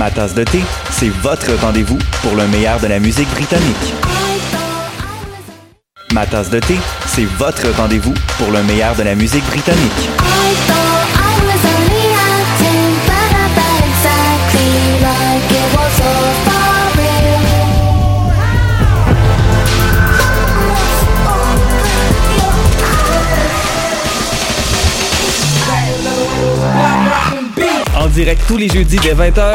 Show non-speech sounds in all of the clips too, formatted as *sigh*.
À tasse de thé, c'est votre rendez-vous pour le meilleur de la musique britannique. Ma tasse de thé, c'est votre rendez-vous pour le meilleur de la musique britannique. En direct tous les jeudis dès 20h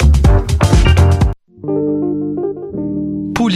Pool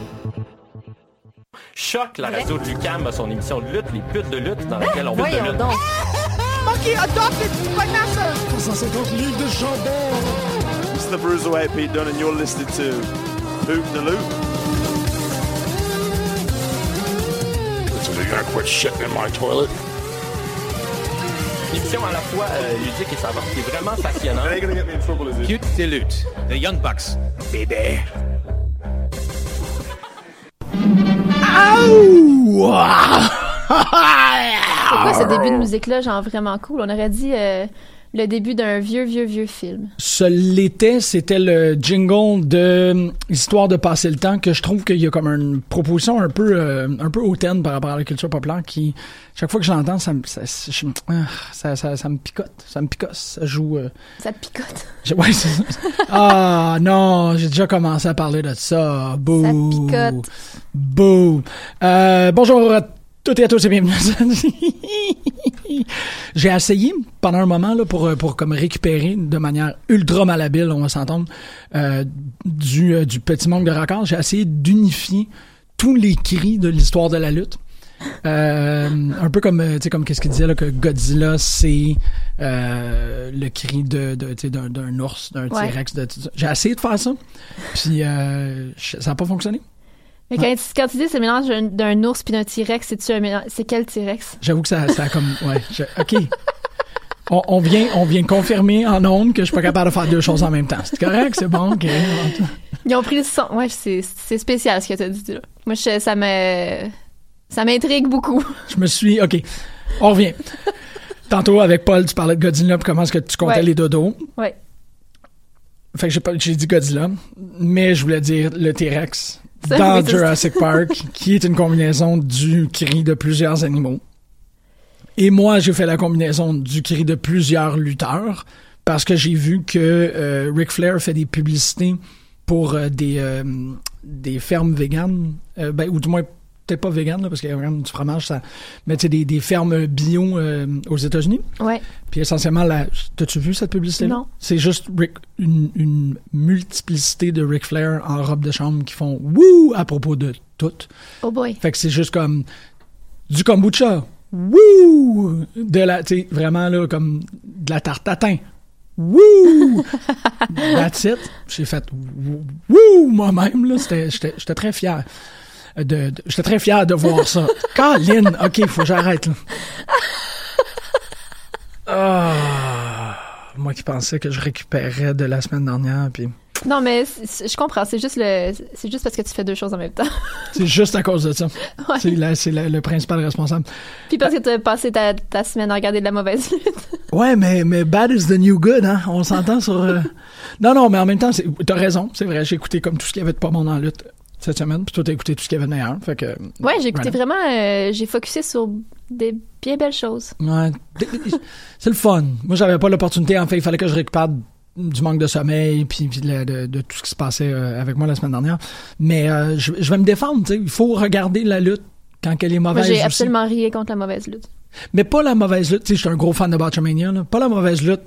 Choc, la radio de Lucam a son émission de lutte, les putes de lutte, dans laquelle on parle de lutte. It's the Bruiserweight Pete Dunne and you're listening to Hoop the Loop. They're gonna quit shitting in my toilet. Une émission à la fois euh, ludique et savante, qui est vraiment They passionnante. ain't gonna get me in trouble, is it? Cute Loot, The Young Bucks. Pourquoi ce début de musique-là, genre vraiment cool? On aurait dit euh, le début d'un vieux, vieux, vieux film. Ce l'été, c'était le jingle de hum, Histoire de passer le temps que je trouve qu'il y a comme une proposition un peu euh, un peu hautaine par rapport à la culture populaire qui chaque fois que je l'entends ça me ça, je- ah, ça, ça- ça me picote, ça me picote, ça joue euh, Ça te picote. je- ouais, c'est ça. *laughs* Ah non, j'ai déjà commencé à parler de ça. Bouh. Ça picote. Bouh. Euh, bonjour à toutes et à tous et bienvenue. *laughs* J'ai essayé pendant un moment là, pour, euh, pour comme récupérer de manière ultra malhabile, on va s'entendre, euh, du, euh, du petit manque de raccord. J'ai essayé d'unifier tous les cris de l'histoire de la lutte. Euh, un peu comme euh, tu sais comme qu'est-ce qu'il disait là que Godzilla c'est euh, le cri de, de tu sais, d'un d'un ours d'un Ouais. T-Rex de- de- j'ai essayé de faire ça puis euh, je- ça n'a pas fonctionné Mais quand, tu- quand tu dis c'est le mélange d'un- d'un ours puis d'un T-Rex, c'est-tu un mélange- C'est quel T-Rex? J'avoue que ça, ça a comme. Ouais, je- OK. On, on vient, on vient confirmer en ondes que je suis pas capable de faire deux choses en même temps. C'est correct? C'est bon? OK. Ils ont pris le son. Ouais, c'est c'est spécial ce que tu as dit là. Moi, je- ça me. Ça m'intrigue beaucoup. Je me suis. OK. On revient. Tantôt, avec Paul, tu parlais de Godzilla puis comment est-ce que tu comptais Ouais. les dodos. Ouais. Fait que j'ai pas- j'ai dit Godzilla, mais je voulais dire le T-Rex *laughs* Ça, oui, ça, dans Jurassic *laughs* Park, qui est une combinaison du cri de plusieurs animaux. Et moi, j'ai fait la combinaison du cri de plusieurs lutteurs parce que j'ai vu que euh, Ric Flair fait des publicités pour euh, des, euh, des fermes véganes, euh, ben, ou du moins peut-être pas véganes, là, parce qu'il y a quand même du fromage, ça, mais tu sais, des, des fermes bio euh, aux États-Unis. Ouais. Puis essentiellement, la... t'as-tu vu cette publicité Non. C'est juste Ric- une, une multiplicité de Ric Flair en robe de chambre qui font wouh à propos de tout. Oh boy. Fait que c'est juste comme du kombucha, wouh De la, tu sais, vraiment là, comme de la tarte tatin, Wouh! That's it. J'ai fait wouh moi-même. là. C'était- J'étais j'étais très fier. De, de- j'étais très fier de voir ça. Colin, OK, il faut que j'arrête. là. Ah, moi qui pensais que je récupérais de la semaine dernière, puis Non, mais c- c- je comprends. C'est juste le, c'est juste parce que tu fais deux choses en même temps. *laughs* c'est juste à cause de ça. Ouais. C'est la- c'est la- le principal responsable. Puis parce que t'as passé ta, ta semaine à regarder de la mauvaise lutte. Ouais, mais, mais bad is the new good, hein? On s'entend *laughs* sur. euh, Non, non, mais en même temps, c'est- t'as raison, c'est vrai. J'ai écouté comme tout ce qu'il y avait de pas bon dans la lutte cette semaine, puis toi, t'as écouté tout ce qu'il y avait de meilleur. Fait que. Ouais, j'ai écouté voilà. vraiment. euh, j'ai focusé sur des bien belles choses. Ouais. C'est le fun. Moi, j'avais pas l'opportunité. En fait, il fallait que je récupère du manque de sommeil puis, puis de, la- de- de tout ce qui se passait euh, avec moi la semaine dernière. Mais euh, je, je vais me défendre. tu sais. Il faut regarder la lutte quand elle est Moi, mauvaise. j'ai aussi. absolument ri contre la mauvaise lutte. Mais pas la mauvaise lutte. Tu sais, je suis un gros fan de Botchamania. là. Pas la mauvaise lutte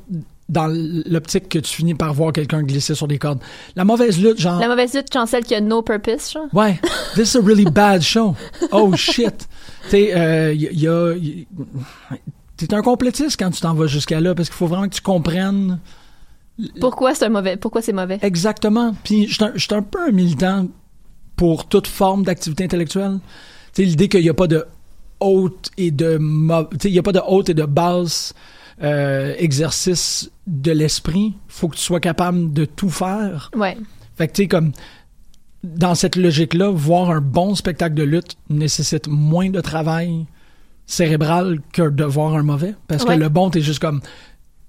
dans l'optique que tu finis par voir quelqu'un glisser sur des cordes. La mauvaise lutte, genre. La mauvaise lutte, genre celle qui a no purpose, genre. *laughs* Ouais, this is a really bad show. Oh shit. T'es euh, y- y a- y- t'es un complétiste quand tu t'en vas jusqu'à là parce qu'il faut vraiment que tu comprennes Pourquoi c'est un mauvais? Pourquoi c'est mauvais? exactement. Puis je suis un- je suis un peu un militant pour toute forme d'activité intellectuelle. Tu sais, l'idée qu'il n'y a pas de haute et de mau- tu sais, il y a pas de haute et de basse euh, exercice de l'esprit. Faut que tu sois capable de tout faire. Ouais. Fait que tu sais, comme dans cette logique-là, voir un bon spectacle de lutte nécessite moins de travail cérébral que de voir un mauvais. Parce Ouais. que le bon, t'es juste comme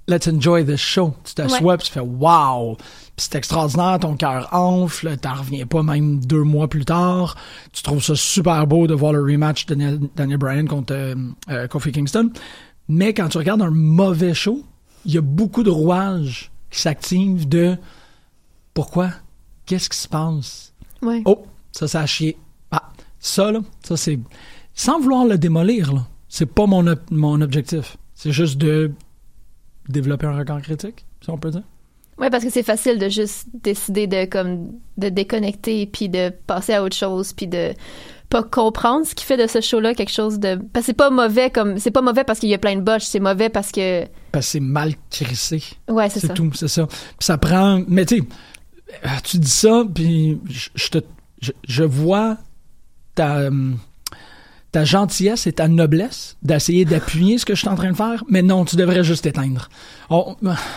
Let's enjoy this show. Tu t'assois Ouais. puis tu fais Wow! Puis c'est extraordinaire, ton cœur enfle, t'en reviens pas même deux mois plus tard. Tu trouves ça super beau de voir le rematch de Daniel, Daniel Bryan contre euh, euh, Kofi Kingston. Mais quand tu regardes un mauvais show, il y a beaucoup de rouages qui s'activent de pourquoi? Qu'est-ce qui se passe? Ouais. Oh, ça, ça a chié. Ah, ça, là, ça, c'est. Sans vouloir le démolir, là, c'est pas mon, ob- mon objectif. C'est juste de développer un regard critique, si on peut dire. Ouais, parce que c'est facile de juste décider de comme de déconnecter puis de passer à autre chose puis de pas comprendre ce qui fait de ce show-là quelque chose de parce que c'est pas mauvais comme c'est pas mauvais parce qu'il y a plein de botches, c'est mauvais parce que Parce que c'est mal crissé. Ouais, c'est ça. tout, c'est ça. Puis ça prend. Mais tu sais, euh, tu dis ça, puis je, je te, je, je vois ta, euh, ta gentillesse et ta noblesse d'essayer d'appuyer ce que je suis en train de faire, mais non, tu devrais juste Oh, éteindre. On-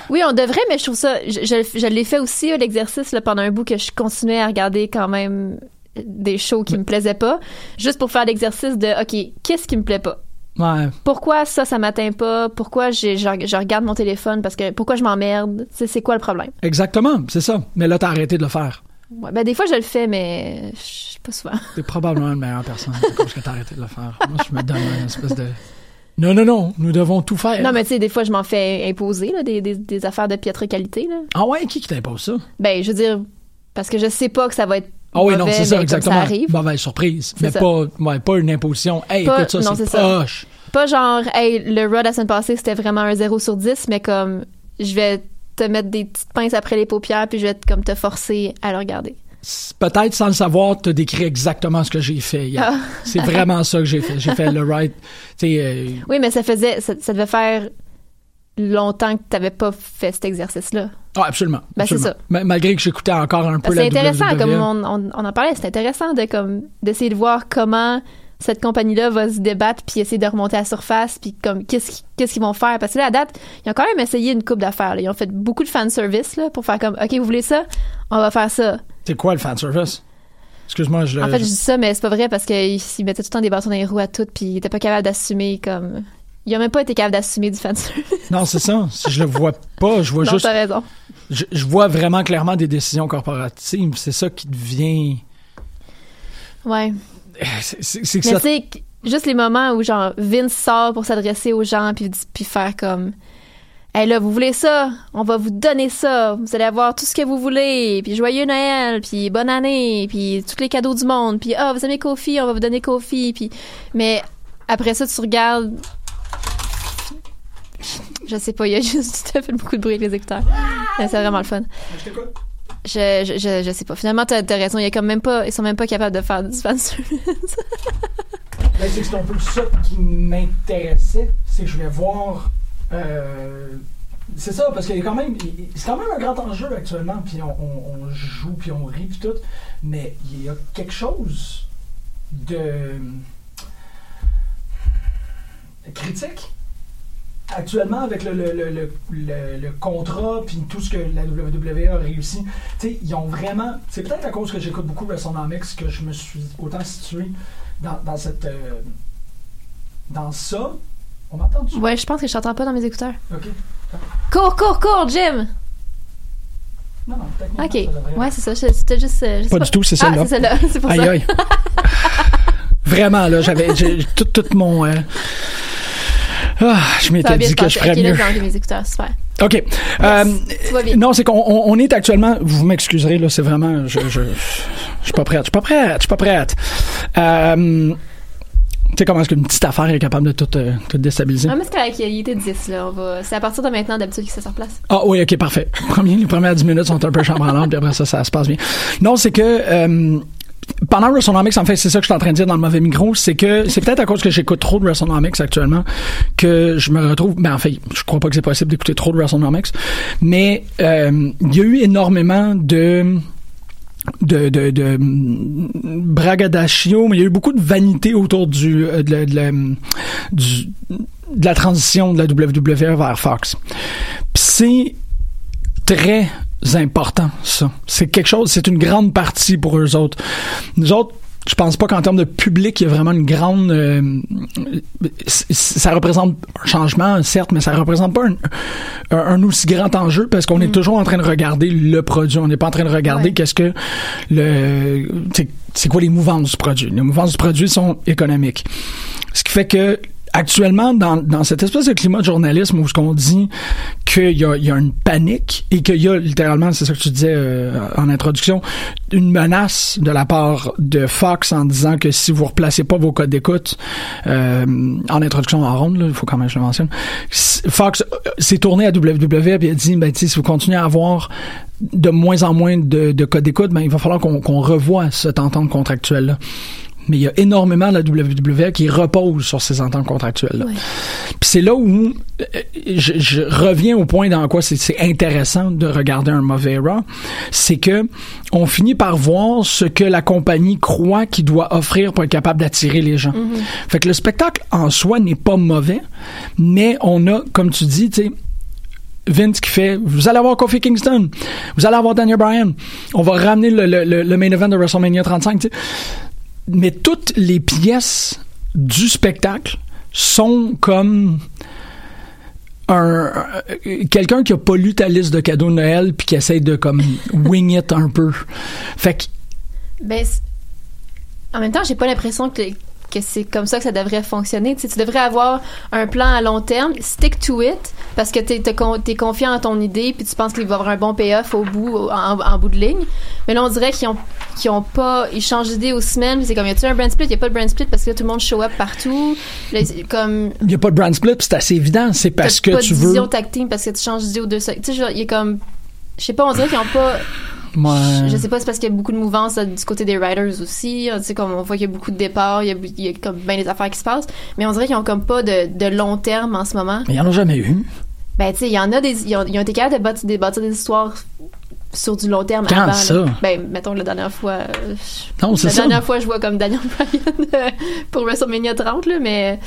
Oui, on devrait, mais je trouve ça. Je, je- je l'ai fait aussi, euh, l'exercice, là, pendant un bout que je continuais à regarder quand même euh, des shows qui me plaisaient pas, juste pour faire l'exercice de OK, qu'est-ce qui me plaît pas? ouais. Pourquoi ça, ça m'atteint pas? Pourquoi j'ai- je, je regarde mon téléphone? Parce que pourquoi je m'emmerde? Tu sais, C'est quoi le problème? Exactement, c'est ça. Mais là, t'as arrêté de le faire. Ouais, ben, des fois, je le fais, mais je sais pas souvent. T'es probablement la meilleure personne à cause que t'as arrêté de le faire. Moi, je me donne une espèce de... Non, non, non, nous devons tout faire. Non, mais tu sais, des fois, je m'en fais imposer là, des, des- des affaires de piètre qualité. Là. Ah ouais, qui qui t'impose ça? Ben, je veux dire, parce que je sais pas que ça va être. Ah oui, non, mauvais, c'est mais ça, comme exactement. Ça arrive. Mauvaise surprise. C'est Mais ça. pas, ouais, pas une imposition. Hey, Pas- écoute non, ça, c'est c'est ça. proche. Pas genre, hey, le Raw de la semaine passée, c'était vraiment un 0 sur 10, mais comme, je vais te mettre des petites pinces après les paupières, puis je vais te- comme te forcer à le regarder. Peut-être sans le savoir, te décrit exactement ce que j'ai fait hier. Ah. C'est vraiment ça que j'ai fait. *laughs* J'ai fait le right. Tu sais, euh, Oui, mais ça faisait, ça, ça devait faire longtemps que t'avais pas fait cet exercice-là. ah, absolument. Ben, c'est absolument. ça. Ben, Ma- Malgré que j'écoutais encore un peu C'est la E. intéressant, WWE. comme on, on- on en parlait, c'est intéressant de comme d'essayer de voir comment cette compagnie-là va se débattre puis essayer de remonter à la surface puis comme qu'est-ce qui- qu'est-ce qu'ils vont faire parce que là à date ils ont quand même essayé une coupe d'affaires là. ils ont fait beaucoup de fan service là pour faire comme ok vous voulez ça on va faire ça C'est quoi le fanservice? Excuse-moi, je le- En fait, je je- dis ça, mais c'est pas vrai parce qu'ils mettaient tout le temps des bâtons dans les roues à toutes, puis ils étaient pas capables d'assumer comme. Ils ont même pas été capables d'assumer du fanservice. Non, c'est ça. Si je le vois pas, je vois *laughs* Non, juste. t'as raison. Je, je vois vraiment clairement des décisions corporatives. C'est ça qui devient. Ouais. C'est c'est- c'est que Mais ça. tu sais, que- juste les moments où genre Vince sort pour s'adresser aux gens, puis, puis faire comme. Hey là, vous voulez ça? On va vous donner ça. Vous allez avoir tout ce que vous voulez. Puis joyeux Noël, puis bonne année, puis tous les cadeaux du monde. Puis ah, vous aimez Kofi, on va vous donner Kofi. Puis... Mais après ça, tu regardes. Je sais pas, il y a *laughs* juste tu as fait beaucoup de bruit avec les écouteurs. Mais C'est vraiment le fun. Je, je, je, je sais pas. Finalement, t'as as raison. Il y a comme même pas, ils sont même pas capables de faire du fanservice. Ben, c'est que c'est un peu ça qui m'intéressait, c'est que je voulais voir euh, c'est ça, parce qu'il y a quand même, il- il- c'est quand même un grand enjeu actuellement, puis on, on- on joue, puis on rit, puis tout, mais il y a quelque chose de critique actuellement avec le, le- le- le- le- le contrat, puis tout ce que la WWE a réussi. Tu sais, ils ont vraiment, c'est peut-être à cause que j'écoute beaucoup WrestleNomics que je me suis autant situé dans, dans cette, euh, dans ça. On m'entend tu Ouais, je pense que je t'entends pas dans mes écouteurs. Ok. Cours, cours, cours, Jim! Non, non, techniquement, Ok. ça devrait- Ouais, c'est ça. je- C'était juste. euh, je sais Pas du tout, c'est Ah, celle-là. c'est celle-là. *laughs* C'est pour Aïe, ça. aïe. Vraiment, là, j'avais j'ai- tout, tout mon. euh, Ah, je Ça va m'étais bien dit se que passer. je ferais Ok, là, mieux. j'ai enlevé mes écouteurs. *laughs* Super. OK. Euh, non, c'est qu'on on- on est actuellement. Vous m'excuserez, là, c'est vraiment. Je, je, je suis pas prête. Je suis pas prête. Je suis pas prête. Euh, tu sais comment est-ce qu'une petite affaire est capable de tout, euh, tout déstabiliser? Ah, mais c'est correct. Il était 10, là. On va... C'est à partir de maintenant, d'habitude, que ça se replace. Ah oui, ok, parfait. *laughs* Premier, les premières 10 minutes sont un peu chambranlantes, puis après ça, ça se passe bien. Non, c'est que euh, pendant WrestleNomics, en fait, c'est ça que je suis en train de dire dans le mauvais micro, c'est que c'est peut-être à cause que j'écoute trop de WrestleNomics actuellement que je me retrouve. Ben en fait, je crois pas que c'est possible d'écouter trop de WrestleNomics, mais euh, il y a eu énormément de de, de, de mm, bragadaccio, mais il y a eu beaucoup de vanité autour du, euh, de, la- de la, mm, du- de la transition de la WWE vers Fox. Puis c'est très important, ça. C'est quelque chose, c'est une grande partie pour eux autres. Nous autres, je pense pas qu'en termes de public, il y a vraiment une grande. euh, c- c- ça représente un changement, certes, mais ça représente pas un, un- un aussi grand enjeu parce qu'on est toujours en train de regarder le produit. On n'est pas en train de regarder qu'est-ce que le. c'est- C'est quoi les mouvances du produit? Les mouvances du produit sont économiques. Ce qui fait que actuellement, dans, dans cette espèce de climat de journalisme où ce qu'on dit qu'il y a, il y a une panique et qu'il y a littéralement, c'est ça que tu disais euh, en introduction, une menace de la part de Fox en disant que si vous replacez pas vos codes d'écoute euh, en introduction en ronde, là, il faut quand même que je le mentionne, s- Fox euh, s'est tourné à WWE et a dit, ben, tu sais, si vous continuez à avoir de moins en moins de, de codes d'écoute, ben, il va falloir qu'on qu'on revoie cette entente contractuelle-là mais il y a énormément de la WWE qui repose sur ces ententes contractuelles. Puis c'est là où euh, je, je reviens au point dans quoi c'est- c'est intéressant de regarder un mauvais Raw, c'est que on finit par voir ce que la compagnie croit qu'il doit offrir pour être capable d'attirer les gens. Fait que le spectacle en soi n'est pas mauvais, mais on a, comme tu dis, tu sais, Vince qui fait Vous allez avoir Kofi Kingston, vous allez avoir Daniel Bryan, on va ramener le, le- le- le main event de WrestleMania 35. tu sais. Mais toutes les pièces du spectacle sont comme un euh, quelqu'un qui a pas lu ta liste de cadeaux de Noël puis qui essaie *laughs* de comme wing it un peu. Fait que Ben, c'est- en même temps, j'ai pas l'impression que, que c'est comme ça que ça devrait fonctionner. Tu sais, tu devrais avoir un plan à long terme, stick to it, parce que t'es, t'es con- t'es confiant en ton idée, puis tu penses qu'il va y avoir un bon payoff au bout, au- en, en bout de ligne. Mais là, on dirait qu'ils ont, qu'ils ont pas, ils changent d'idée aux semaines, puis c'est comme, y a-tu un brand split? Y a pas de brand split parce que là, tout le monde show up partout. Là, c'est comme, il y a pas de brand split, puis c'est assez évident, c'est parce T'as pas que de tu veux vision tactique parce que tu changes d'idée aux deux secondes. Tu sais, je veux dire, il y a comme, je sais pas, on dirait qu'ils ont pas, Moi, je sais pas, c'est parce qu'il y a beaucoup de mouvances là, du côté des riders aussi. On, comme on voit qu'il y a beaucoup de départs, il y a, il y a comme bien des affaires qui se passent. Mais on dirait qu'ils ont comme pas de, de long terme en ce moment. mais il y en a jamais eu. Ben, tu sais, il y en a des. Ils ont, ils ont été capables de bâtir, de bâtir des histoires sur du long terme. Quand avant, là. ça? Ben, mettons, la dernière fois. euh, je- Non, c'est La ça. dernière fois, je vois comme Daniel *laughs* Bryan euh, pour WrestleMania 30, là, mais.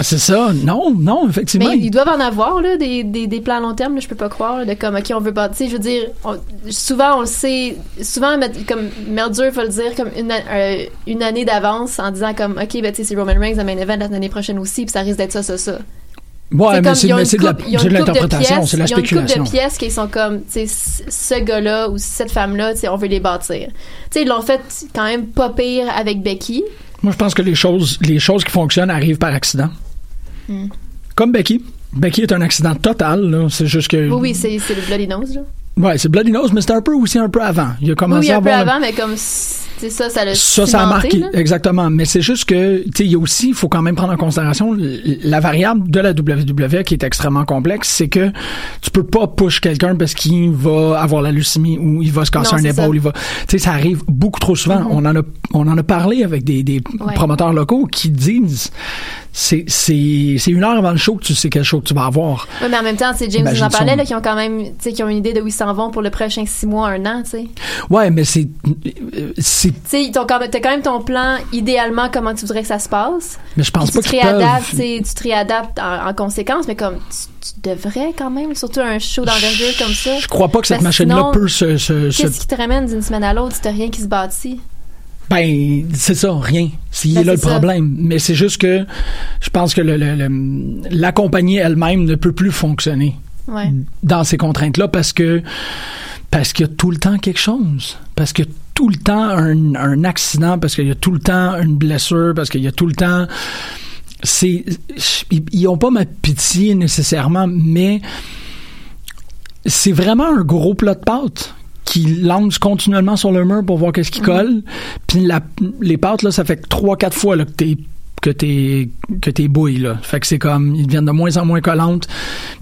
C'est ça. Non, non, effectivement. Mais Ben, ils doivent en avoir là, des, des, des plans à long terme, là, je peux pas croire, là, de comme, OK, on veut bâtir. Je veux dire, on- souvent, on le sait, souvent, met- comme Merdur va le dire, comme une, a- euh, une année d'avance en disant, comme, OK, ben, tu sais, c'est Roman Reigns, le main event l'année prochaine aussi, puis ça risque d'être ça, ça, ça. Ouais, mais comme, c'est ils ont mais une c'est de la- coupe- ils ont c'est de une coupe de l'interprétation, pièces- c'est de la Ils ont spéculation. une couple de pièces qui sont comme, tu sais, c- ce gars-là ou cette femme-là, tu sais, on veut les bâtir. Tu sais, ils l'ont fait quand même pas pire avec Becky. Moi, je pense que les choses, les choses qui fonctionnent arrivent par accident. Mm. Comme Becky. Becky est un accident total, là. C'est juste que. Oui, oui, c'est c'est le Bloody Nose, là. Ouais, c'est Bloody Nose, mais c'était un peu aussi un peu avant. Il a commencé oui, à un peu avoir avant, mais comme c'est ça, ça l'a Ça, ça a cimenté, marqué, là. exactement. Mais c'est juste que, tu sais, il y a aussi, il faut quand même prendre en considération l- la variable de la WWE qui est extrêmement complexe, c'est que tu peux pas push quelqu'un parce qu'il va avoir la leucémie ou il va se casser Non, un c'est ça. Mm-hmm. épaule, il va, tu sais, ça arrive beaucoup trop souvent. On en a, on en a parlé avec des, des Ouais. promoteurs locaux qui disent, c'est, c'est, c'est une heure avant le show que tu sais quel show que tu vas avoir. Ouais, mais en même temps, c'est James nous Imagine en parlait, ça. là, qui ont quand même, tu sais, qui ont une idée de où ils s'en vont pour le prochain six mois, un an, tu sais. Ouais, mais c'est, euh, c'est Tu sais, ils t'ont quand même- t'as quand même ton plan, idéalement, comment tu voudrais que ça se passe. Mais je pense Puis pas tu te qu'ils peuvent. réadaptes, tu sais, tu te réadaptes en, en conséquence, mais comme, tu, tu devrais quand même, surtout un show d'envergure comme ça. Je crois pas que cette Parce que machine-là sinon, peut se. se- se- Qu'est-ce qui te ramène d'une semaine à l'autre si t'as rien qui se bâtit? Ben, c'est ça, rien. C'est Ben, là le c'est ça. problème. Mais c'est juste que je pense que le, le- le- la compagnie elle-même ne peut plus fonctionner Ouais. dans ces contraintes-là parce que parce qu'il y a tout le temps quelque chose. Parce que tout le temps un, un accident, parce qu'il y a tout le temps une blessure, parce qu'il y a tout le temps. C'est. Ils ils ont pas ma pitié nécessairement, mais c'est vraiment un gros plat de pâtes qui lance continuellement sur le mur pour voir qu'est-ce qui colle. Puis la- les pâtes, là, ça fait trois, quatre fois là, que t'es que t'es que t'es bouille là fait que c'est comme ils deviennent de moins en moins collantes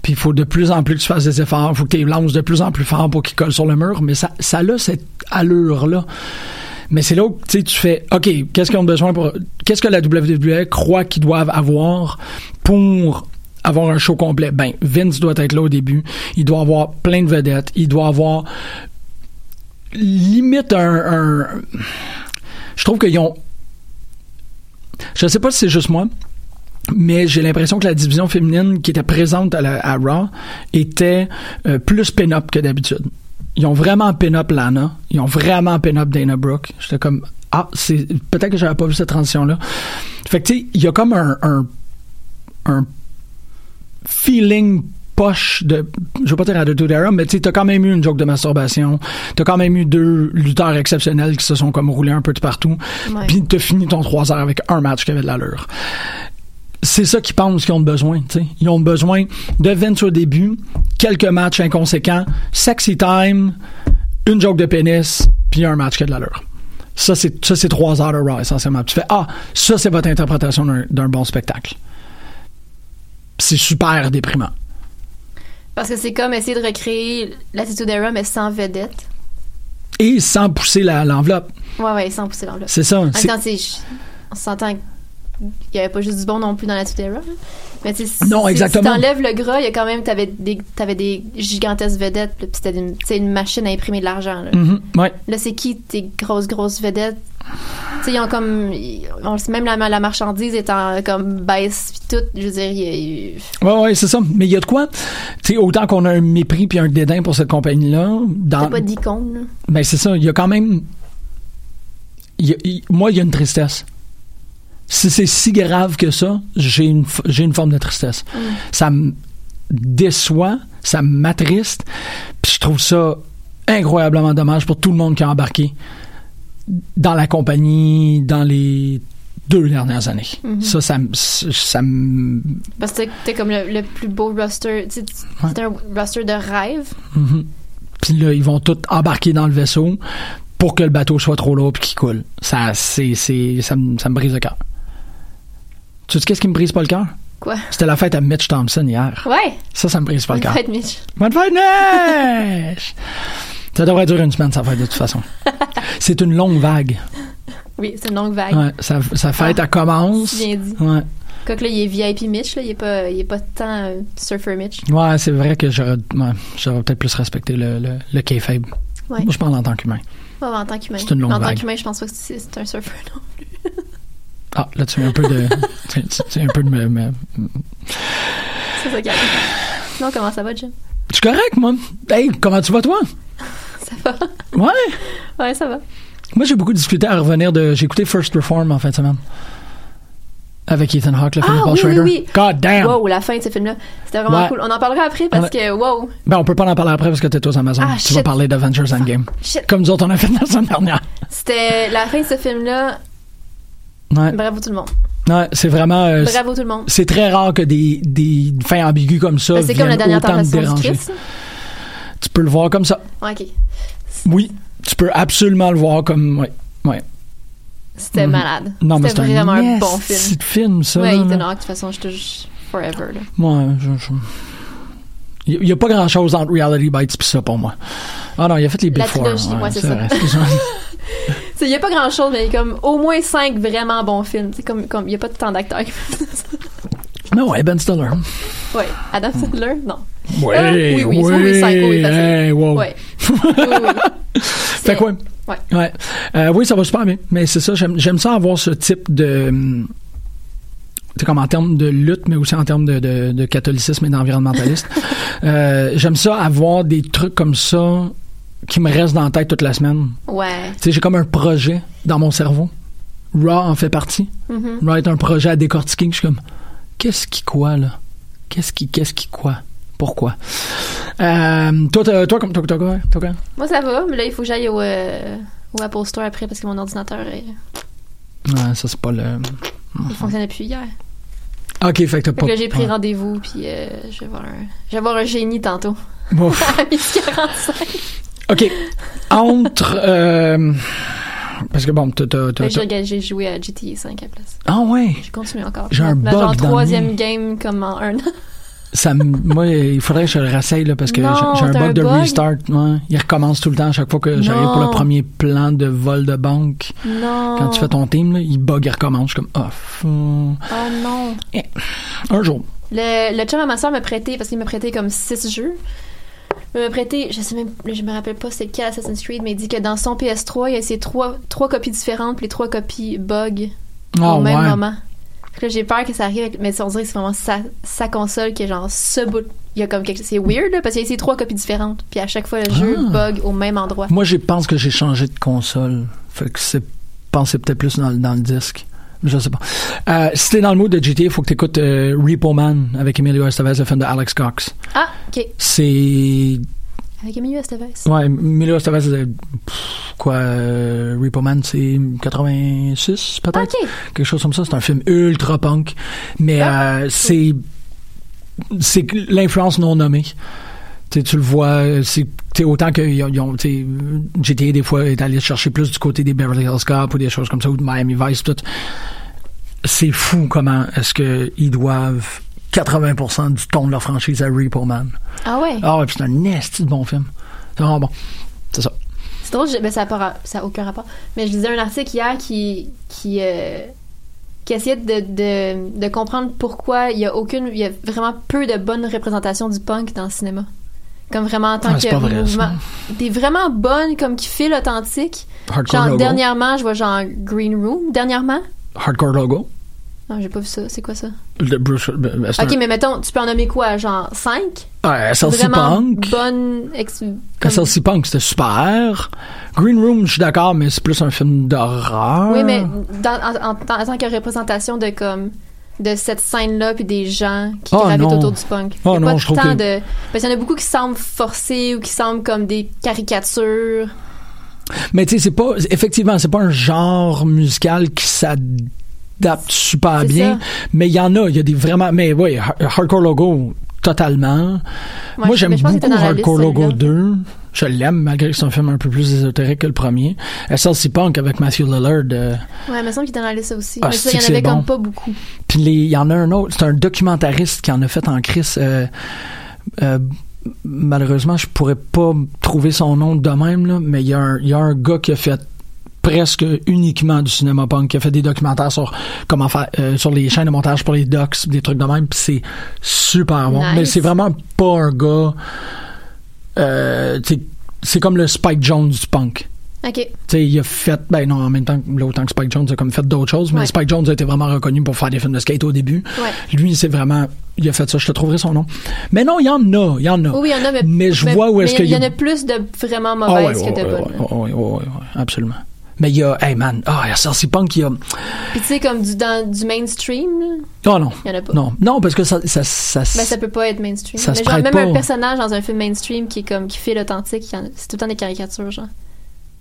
puis il faut de plus en plus que tu fasses des efforts faut que tu les lances de plus en plus fort pour qu'ils collent sur le mur mais ça ça a cette allure là mais c'est là où tu sais, tu fais OK, qu'est-ce qu'ils ont besoin pour qu'est-ce que la WWE croit qu'ils doivent avoir pour avoir un show complet Ben Vince doit être là au début, il doit avoir plein de vedettes, il doit avoir limite un, un- je trouve qu'ils ont je sais pas si c'est juste moi mais j'ai l'impression que la division féminine qui était présente à, la- à Raw était euh, plus pin-up que d'habitude. Ils ont vraiment pin-up Lana. Ils ont vraiment pin-up Dana Brooke. J'étais comme, ah, c'est peut-être que j'avais pas vu cette transition-là. Fait que, tu sais, il y a comme un, un, un feeling poche de je veux pas dire à de Era, mais tu sais, t'as quand même eu une joke de masturbation t'as quand même eu deux lutteurs exceptionnels qui se sont comme roulés un peu de partout Ouais. puis t'as fini ton 3 heures avec un match qui avait de l'allure c'est ça qu'ils pensent qu'ils ont besoin. tu sais. Ils ont besoin de Vince au début, quelques matchs inconséquents, sexy time, une joke de pénis, puis un match qui a de l'allure. Ça, c'est ça, c'est trois heures de Raw, essentiellement. Tu fais Ah, ça, c'est votre interprétation d'un- d'un bon spectacle. C'est super déprimant. Parce que c'est comme essayer de recréer l'attitude era, mais sans vedette. Et sans pousser la- l'enveloppe. Ouais, ouais, sans pousser l'enveloppe. C'est ça, En même c'est- temps, tu sais, je- on s'entend qu'il n'y avait pas juste du bon non plus dans l'attitude era. là. Mais tu sais, si- Non, si- exactement. Si t'enlèves le gras, il y a quand même, t'avais des, t'avais des gigantesques vedettes, là, puis c'était une, tu sais, une machine à imprimer de l'argent, là. Mhm, ouais. Là, c'est qui tes grosses, grosses vedettes? Tu sais, ils ont comme. ils- on le sait, même la, la marchandise est en comme baisse, puis tout. Je veux dire, il y a- Ouais, ouais, c'est ça. Mais il y a de quoi. Tu sais, autant qu'on a un mépris puis un dédain pour cette compagnie-là, t'as dans, pas d'icône, là. Ben c'est ça, il y a quand même. il y a- il- moi, il y a une tristesse. Si c'est si grave que ça, j'ai une, f- j'ai une forme de tristesse. Ça me déçoit, ça m'attriste, puis je trouve ça incroyablement dommage pour tout le monde qui a embarqué dans la compagnie dans les deux dernières années. Mhm. Ça, ça, me- ça me. Parce que t'as- t'as comme le, le plus beau roster. tu sais, C'est un roster de rêve. Mhm. Puis là, ils vont tous embarquer dans le vaisseau pour que le bateau soit trop lourd puis qu'il coule. Ça, c'est, c'est, ça, me, ça me brise le cœur. Tu sais qu'est-ce qui me brise pas le cœur? Quoi? C'était la fête à Mitch Thompson hier. Ouais! Ça, ça me brise pas le Bonne cœur. fête, Mitch. Bonne fête, *laughs* Mitch! ça devrait durer une semaine, sa fête, de toute façon. c'est une longue vague. Oui, c'est une longue vague. Ouais, sa, sa fête, elle commence. Bien dit. Ouais. Quoique là, il est VIP Mitch, là. Il est pas, il est pas tant euh, surfer Mitch. Ouais, c'est vrai que j'aurais, ouais, j'aurais peut-être plus respecté le, le, le kayfabe. Ouais. Moi, je parle en tant qu'humain. Pas en tant qu'humain. C'est une longue Mais En tant vague. qu'humain, je pense pas que c'est c'est un surfer, non. *laughs* Ah, là, tu mets un peu de. tu, tu- tu mets un peu de. me- me- C'est ça qui arrive. Non, comment ça va, Jim? Je suis correct, moi. Hey, comment tu vas, toi? Ça va? Ouais. Ouais, ça va. Moi, j'ai beaucoup discuté à revenir de. J'ai écouté First Reform en fin de semaine. Avec Ethan Hawke, le film de Ah Paul oui, Schrader. oui, oui. God damn! Wow, la fin de ce film-là. C'était vraiment Ouais. cool. On en parlera après On a- parce que, wow. Ben, on peut pas en parler après parce que t'es aux Amazon. Ah, tu shit. vas parler d'Avengers Endgame. Shit. Comme nous autres, on a fait *laughs* la semaine dernière. C'était la fin de ce film-là. Ouais. Bravo tout le monde. Ouais, c'est vraiment. euh, c'est- Bravo tout le monde. C'est très rare que des, des fins ambiguës comme ça. Ben, C'est comme la viennent dernière autant me tentation du déranger. Christ. Tu peux le voir comme ça. Ok. Oui, tu peux absolument le voir comme. Ouais. ouais. C'était Mhm. malade. Non, mais C'était c'est un vraiment un nasty bon film. de film, ça. Ouais, là, Ethan là. Hawke, de toute façon, je te jure, forever. là. Ouais, je- je- Il n'y a pas grand chose entre Reality Bites et ça pour moi. Ah non, il a fait les Big La Four. trilogie, ouais, c'est ça. vrai, excuse-moi. *laughs* Tu sais, Il n'y a pas grand chose, mais il y a comme au moins cinq vraiment bons films. C'est comme, comme, il n'y a pas tant d'acteurs qui font ça. Mais ouais, Ben Stiller. Ouais, Adam Sandler, non. Ouais, Ah, Euh, oui, oui, ouais, oui, Psycho est facile. hey, wow. Ouais. Oui, oui. *laughs* Fait quoi? Ouais. Ouais. Euh, oui, ça va super bien. Mais c'est ça, j'aime j'aime ça avoir ce type de. hum, C'est comme en termes de lutte, mais aussi en termes de, de- de catholicisme *laughs* et d'environnementaliste. Euh, j'aime ça avoir des trucs comme ça qui me restent dans la tête toute la semaine. Ouais. Tu sais, j'ai comme un projet dans mon cerveau. Raw en fait partie. Mhm. Raw est un projet à décortiquer. Je suis comme, qu'est-ce qui quoi, là? Qu'est-ce qui, qu'est-ce qui quoi? Pourquoi? Euh, toi, t'as- toi, comme toi, toi, toi, toi, quoi? Moi, ça va, mais là, il faut que j'aille au, euh, au Apple Store après parce que mon ordinateur, euh, Ouais, ça, c'est pas le. il fonctionnait plus hier. Ok, fait que t'as Fait pas. que là, j'ai pris ouais. rendez-vous, puis euh, je, vais voir un, je vais voir un génie tantôt. *laughs* Ouf. à 10h45. Ok. *laughs* Entre. euh, Parce que bon, t'as. t'as- Fait que t'as- j'ai t'as- regardé- J'ai joué à GTA 5 après ça. Ah ouais! J'ai continué encore. J'ai un Ma bug genre dans le troisième nez. game comme en un an. Ça, me- moi, il faudrait que je le rasseille, là, parce que Non, j'ai- j'ai un t'as bug un de bug? restart. Ouais. Il recommence tout le temps à chaque fois que j'arrive pour le Non. premier plan de vol de banque. Non. Quand tu fais ton team, là, il bug, il recommence. Je suis comme, ah, fou. Oh non. un jour. Le, le chum à ma soeur m'a prêté, parce qu'il m'a prêté comme six jeux. Il m'a prêté, je sais même, je me rappelle pas c'est quel Assassin's Creed, mais il dit que dans son PS3, il y a ces trois, trois copies différentes, puis les trois copies bug Ah, au même ouais. moment. Fait que là, j'ai peur que ça arrive, avec- mais on dirait que c'est vraiment sa, sa console qui est genre ce bout. Il y a comme quelque chose. C'est weird, là, parce qu'il y a ces trois copies différentes, puis à chaque fois, le jeu Ah. bug au même endroit. Moi, je pense que j'ai changé de console. Fait que c'est pensé peut-être plus dans, le- dans le disque. Je sais pas. Euh, si t'es dans le mood de GTA, il faut que t'écoutes euh, Repo Man avec Emilio Estevez, le film de Alex Cox. Ah, ok. C'est Avec Emilio Estevez. Ouais, Milo Estevez, euh, pff, quoi, euh, Repo Man, c'est 86, peut-être? Ah, Ok. Quelque chose comme ça. C'est un film ultra punk, mais Ah. euh, c'est c'est que l'influence non nommée. Tu sais, tu le vois, c'est tu sais, autant que ils ont- ils ont, tu sais, GTA, des fois, est allé chercher plus du côté des Beverly Hills Cop ou des choses comme ça, ou de Miami Vice, tout. C'est fou comment est-ce qu'ils doivent 80% du ton de leur franchise à Repo Man. Ah ouais. Ah ouais, puis c'est un esti de bon film. C'est vraiment bon. C'est ça. C'est drôle, je- ben, ça n'a aucun rapport. Mais je lisais un article hier qui, qui, euh, qui essayait de, de, de comprendre pourquoi il y a aucune, il y a vraiment peu de bonnes représentations du punk dans le cinéma. Comme vraiment en tant Ah, que c'est pas vrai, ça. mouvement. Des vraiment bonnes, comme qui fait l'authentique. Hardcore Genre, Logo. dernièrement, je vois genre Green Room, dernièrement. Hardcore Logo. Non, j'ai pas vu ça. C'est quoi ça? De Bruce. ben, ben, c'est Ok, un- Ah, mais mettons, tu peux en nommer quoi? Genre 5? Ouais, SLC vraiment Punk. Euh, bonne ex- SLC Punk, c'était super. Green Room, je suis d'accord, mais c'est plus un film d'horreur. Oui, mais Ah. dans- en, en- en tant que représentation de comme de cette scène-là puis des gens qui Oh gravitent non. autour du punk. Oh Il y a non, pas je trouve tant que- de parce qu'il y en a beaucoup qui semblent forcés ou qui semblent comme des caricatures. Mais tu sais, c'est pas. Effectivement, c'est pas un genre musical qui s'adapte super bien. Mais il y en a. Il y a des vraiment. Mais oui, Har- Hardcore Logo, totalement. Ouais, Moi, je- j'aime mais je pense que beaucoup t'es dans la liste, Hardcore Logo celui-là. 2. Je l'aime, malgré que c'est un film un peu plus ésotérique que le premier. SLC Punk avec Matthew Lillard. euh, Ouais, il me semble qu'il était dans la liste aussi. Ah, mais ça, il y en c'est que avait c'est comme bon. pas beaucoup. Puis les- il y en a un autre, c'est un documentariste qui en a fait en crise. euh, euh, malheureusement, je pourrais pas trouver son nom de même, là, mais il y, a un- il y a un gars qui a fait presque uniquement du cinéma punk, qui a fait des documentaires sur comment faire euh, sur les chaînes de montage pour les docs, des trucs de même, puis c'est super bon. Nice. Mais c'est vraiment pas un gars. euh, tu sais, c'est comme le Spike Jones du punk. OK. Tu sais, il a fait, ben non, en même temps, que- l'autant que Spike Jones a comme fait d'autres choses, mais Ouais. Spike Jones a été vraiment reconnu pour faire des films de skate au début. Ouais. Lui, c'est vraiment, il a fait ça, je te trouverai son nom. Mais non, il y en a, il y en a. Oui, oui, il y en a mais je vois où est-ce mais qu'il il y en a- a plus de vraiment Ah ouais, mauvaises ouais, que de ouais, bonnes. ouais, ouais, ouais, ouais, ouais, absolument. Mais il y a, hey man, ah, il y a Sarcy Punk, il y a, Puis tu sais comme du dans du mainstream, là, oh non. il y en a pas. Non, non, parce que ça, ça, ça, Ben, ça peut pas être mainstream. Ça Mais se genre, prête même pas. un personnage dans un film mainstream qui est comme qui fait l'authentique, il y en a- c'est tout le temps des caricatures genre.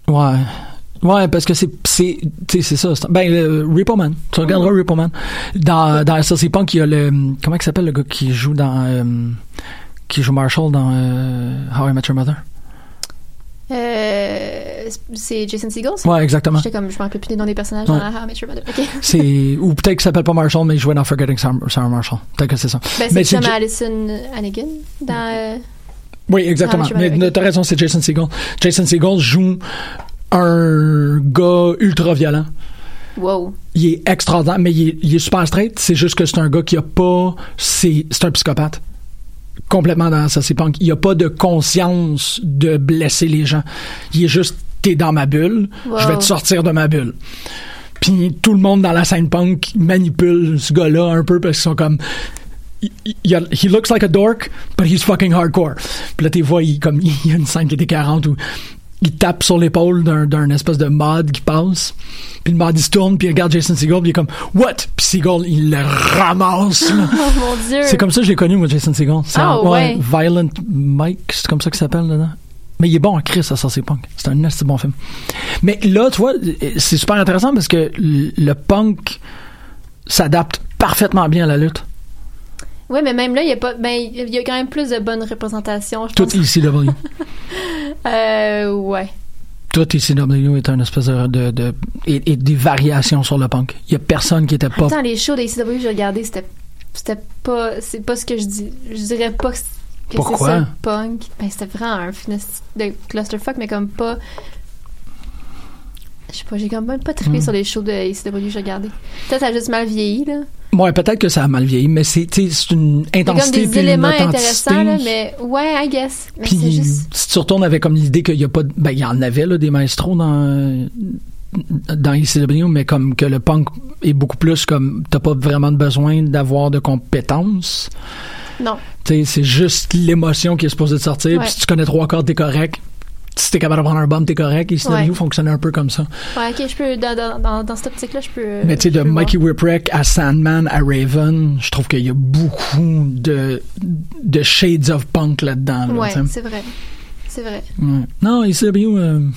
Ouais. Ouais, parce que c'est, c'est, tu sais, c'est ça. c'est- Ben, euh, Repo Man. Tu regarderas Mm. Repo Man. Dans, dans SLC Punk, il y a le, comment il s'appelle le gars qui joue dans, euh, qui joue Marshall dans euh, How I Met Your Mother? Euh, c'est Jason Segel. ça? Ouais, exactement. J'étais comme, je me rappelle plus des noms des personnages Ouais. dans How I Met Your Mother. Ok. C'est ou peut-être qu'il s'appelle pas Marshall, mais il jouait dans Forgetting Sarah, Sarah Marshall. Peut-être que c'est ça. Ben, c'est Mais c'est comme Ja- Allison Hannigan dans. euh, Oui, exactement. Ah, je mais m'en t'as raison, c'est Jason Segel. Jason Segel joue un gars ultra violent. wow. Il est extraordinaire, mais il est, il est super straight. C'est juste que c'est un gars qui a pas. C'est c'est un psychopathe. Complètement dans ça, c'est punk. Il a pas de conscience de blesser les gens. Il est juste, t'es dans ma bulle, Wow. je vais te sortir de ma bulle. Puis tout le monde dans la scène punk manipule ce gars-là un peu parce qu'ils sont comme. il- il a- He looks like a dork, but he's fucking hardcore. Puis là, t'es vois, il, comme, *laughs* il y a une scène qui était 40 où il tape sur l'épaule d'un, d'un espèce de mod qui passe. Puis le mod, il se tourne, puis il regarde Jason Segel, puis il est comme, What? Puis Segel, il le ramasse. *laughs* là. *laughs* Oh mon dieu. C'est comme ça que je l'ai connu, moi, Jason Segel. C'est Ah, en- ouais. Violent Mike, c'est comme ça qu'il s'appelle dedans. Mais il est bon en Chris, ça, ça c'est punk. C'est un assez bon film. Mais là, tu vois, c'est super intéressant parce que l- le punk s'adapte parfaitement bien à la lutte. Ouais, mais même là, il y a pas. Ben, il y a quand même plus de bonnes représentations, je Tout E pense. ECW. Euh, ouais. Tout ECW est un espèce de. de, de- et, et des variations sur le punk. Il y a personne qui était pas. Attends, les shows des CW que j'ai regardés, c'était. C'était pas. C'est pas ce que je dis. Je dirais pas que c'est- que c'est Pourquoi? ça le punk. Ben, c'était vraiment un finesse de clusterfuck, mais comme pas. Je sais pas, j'ai comme même pas trippé Hmm. sur les shows de ACW que j'ai regardés. Peut-être ça a juste mal vieilli, là. Ouais, peut-être que ça a mal vieilli, mais c'est tu sais, c'est une Il y a comme intensité. des puis une éléments authenticité. intéressants, là, mais ouais, I guess. Mais c'est Puis juste. si tu retournes avec comme l'idée qu'il y a pas de- ben il y en avait là des maestros dans dans ICW mais comme que le punk est beaucoup plus comme t'as pas vraiment de besoin d'avoir de compétences. Non. Tu sais, c'est juste l'émotion qui est supposée de sortir. Ouais. Puis si tu connais trois cordes, t'es correct. Si t'es capable de prendre un bomb, t'es correct. ICW Ouais. fonctionnait un peu comme ça. Ouais, ok, je peux. Dans, dans, dans, dans cette optique-là, je peux. euh, Mais tu sais, je de peux Mikey Whipwreck à Sandman à Raven, je trouve qu'il y a beaucoup de, de shades of punk là-dedans. là, voir. tu sais. Ouais, c'est vrai. C'est vrai. Ouais. Non, ICW, euh,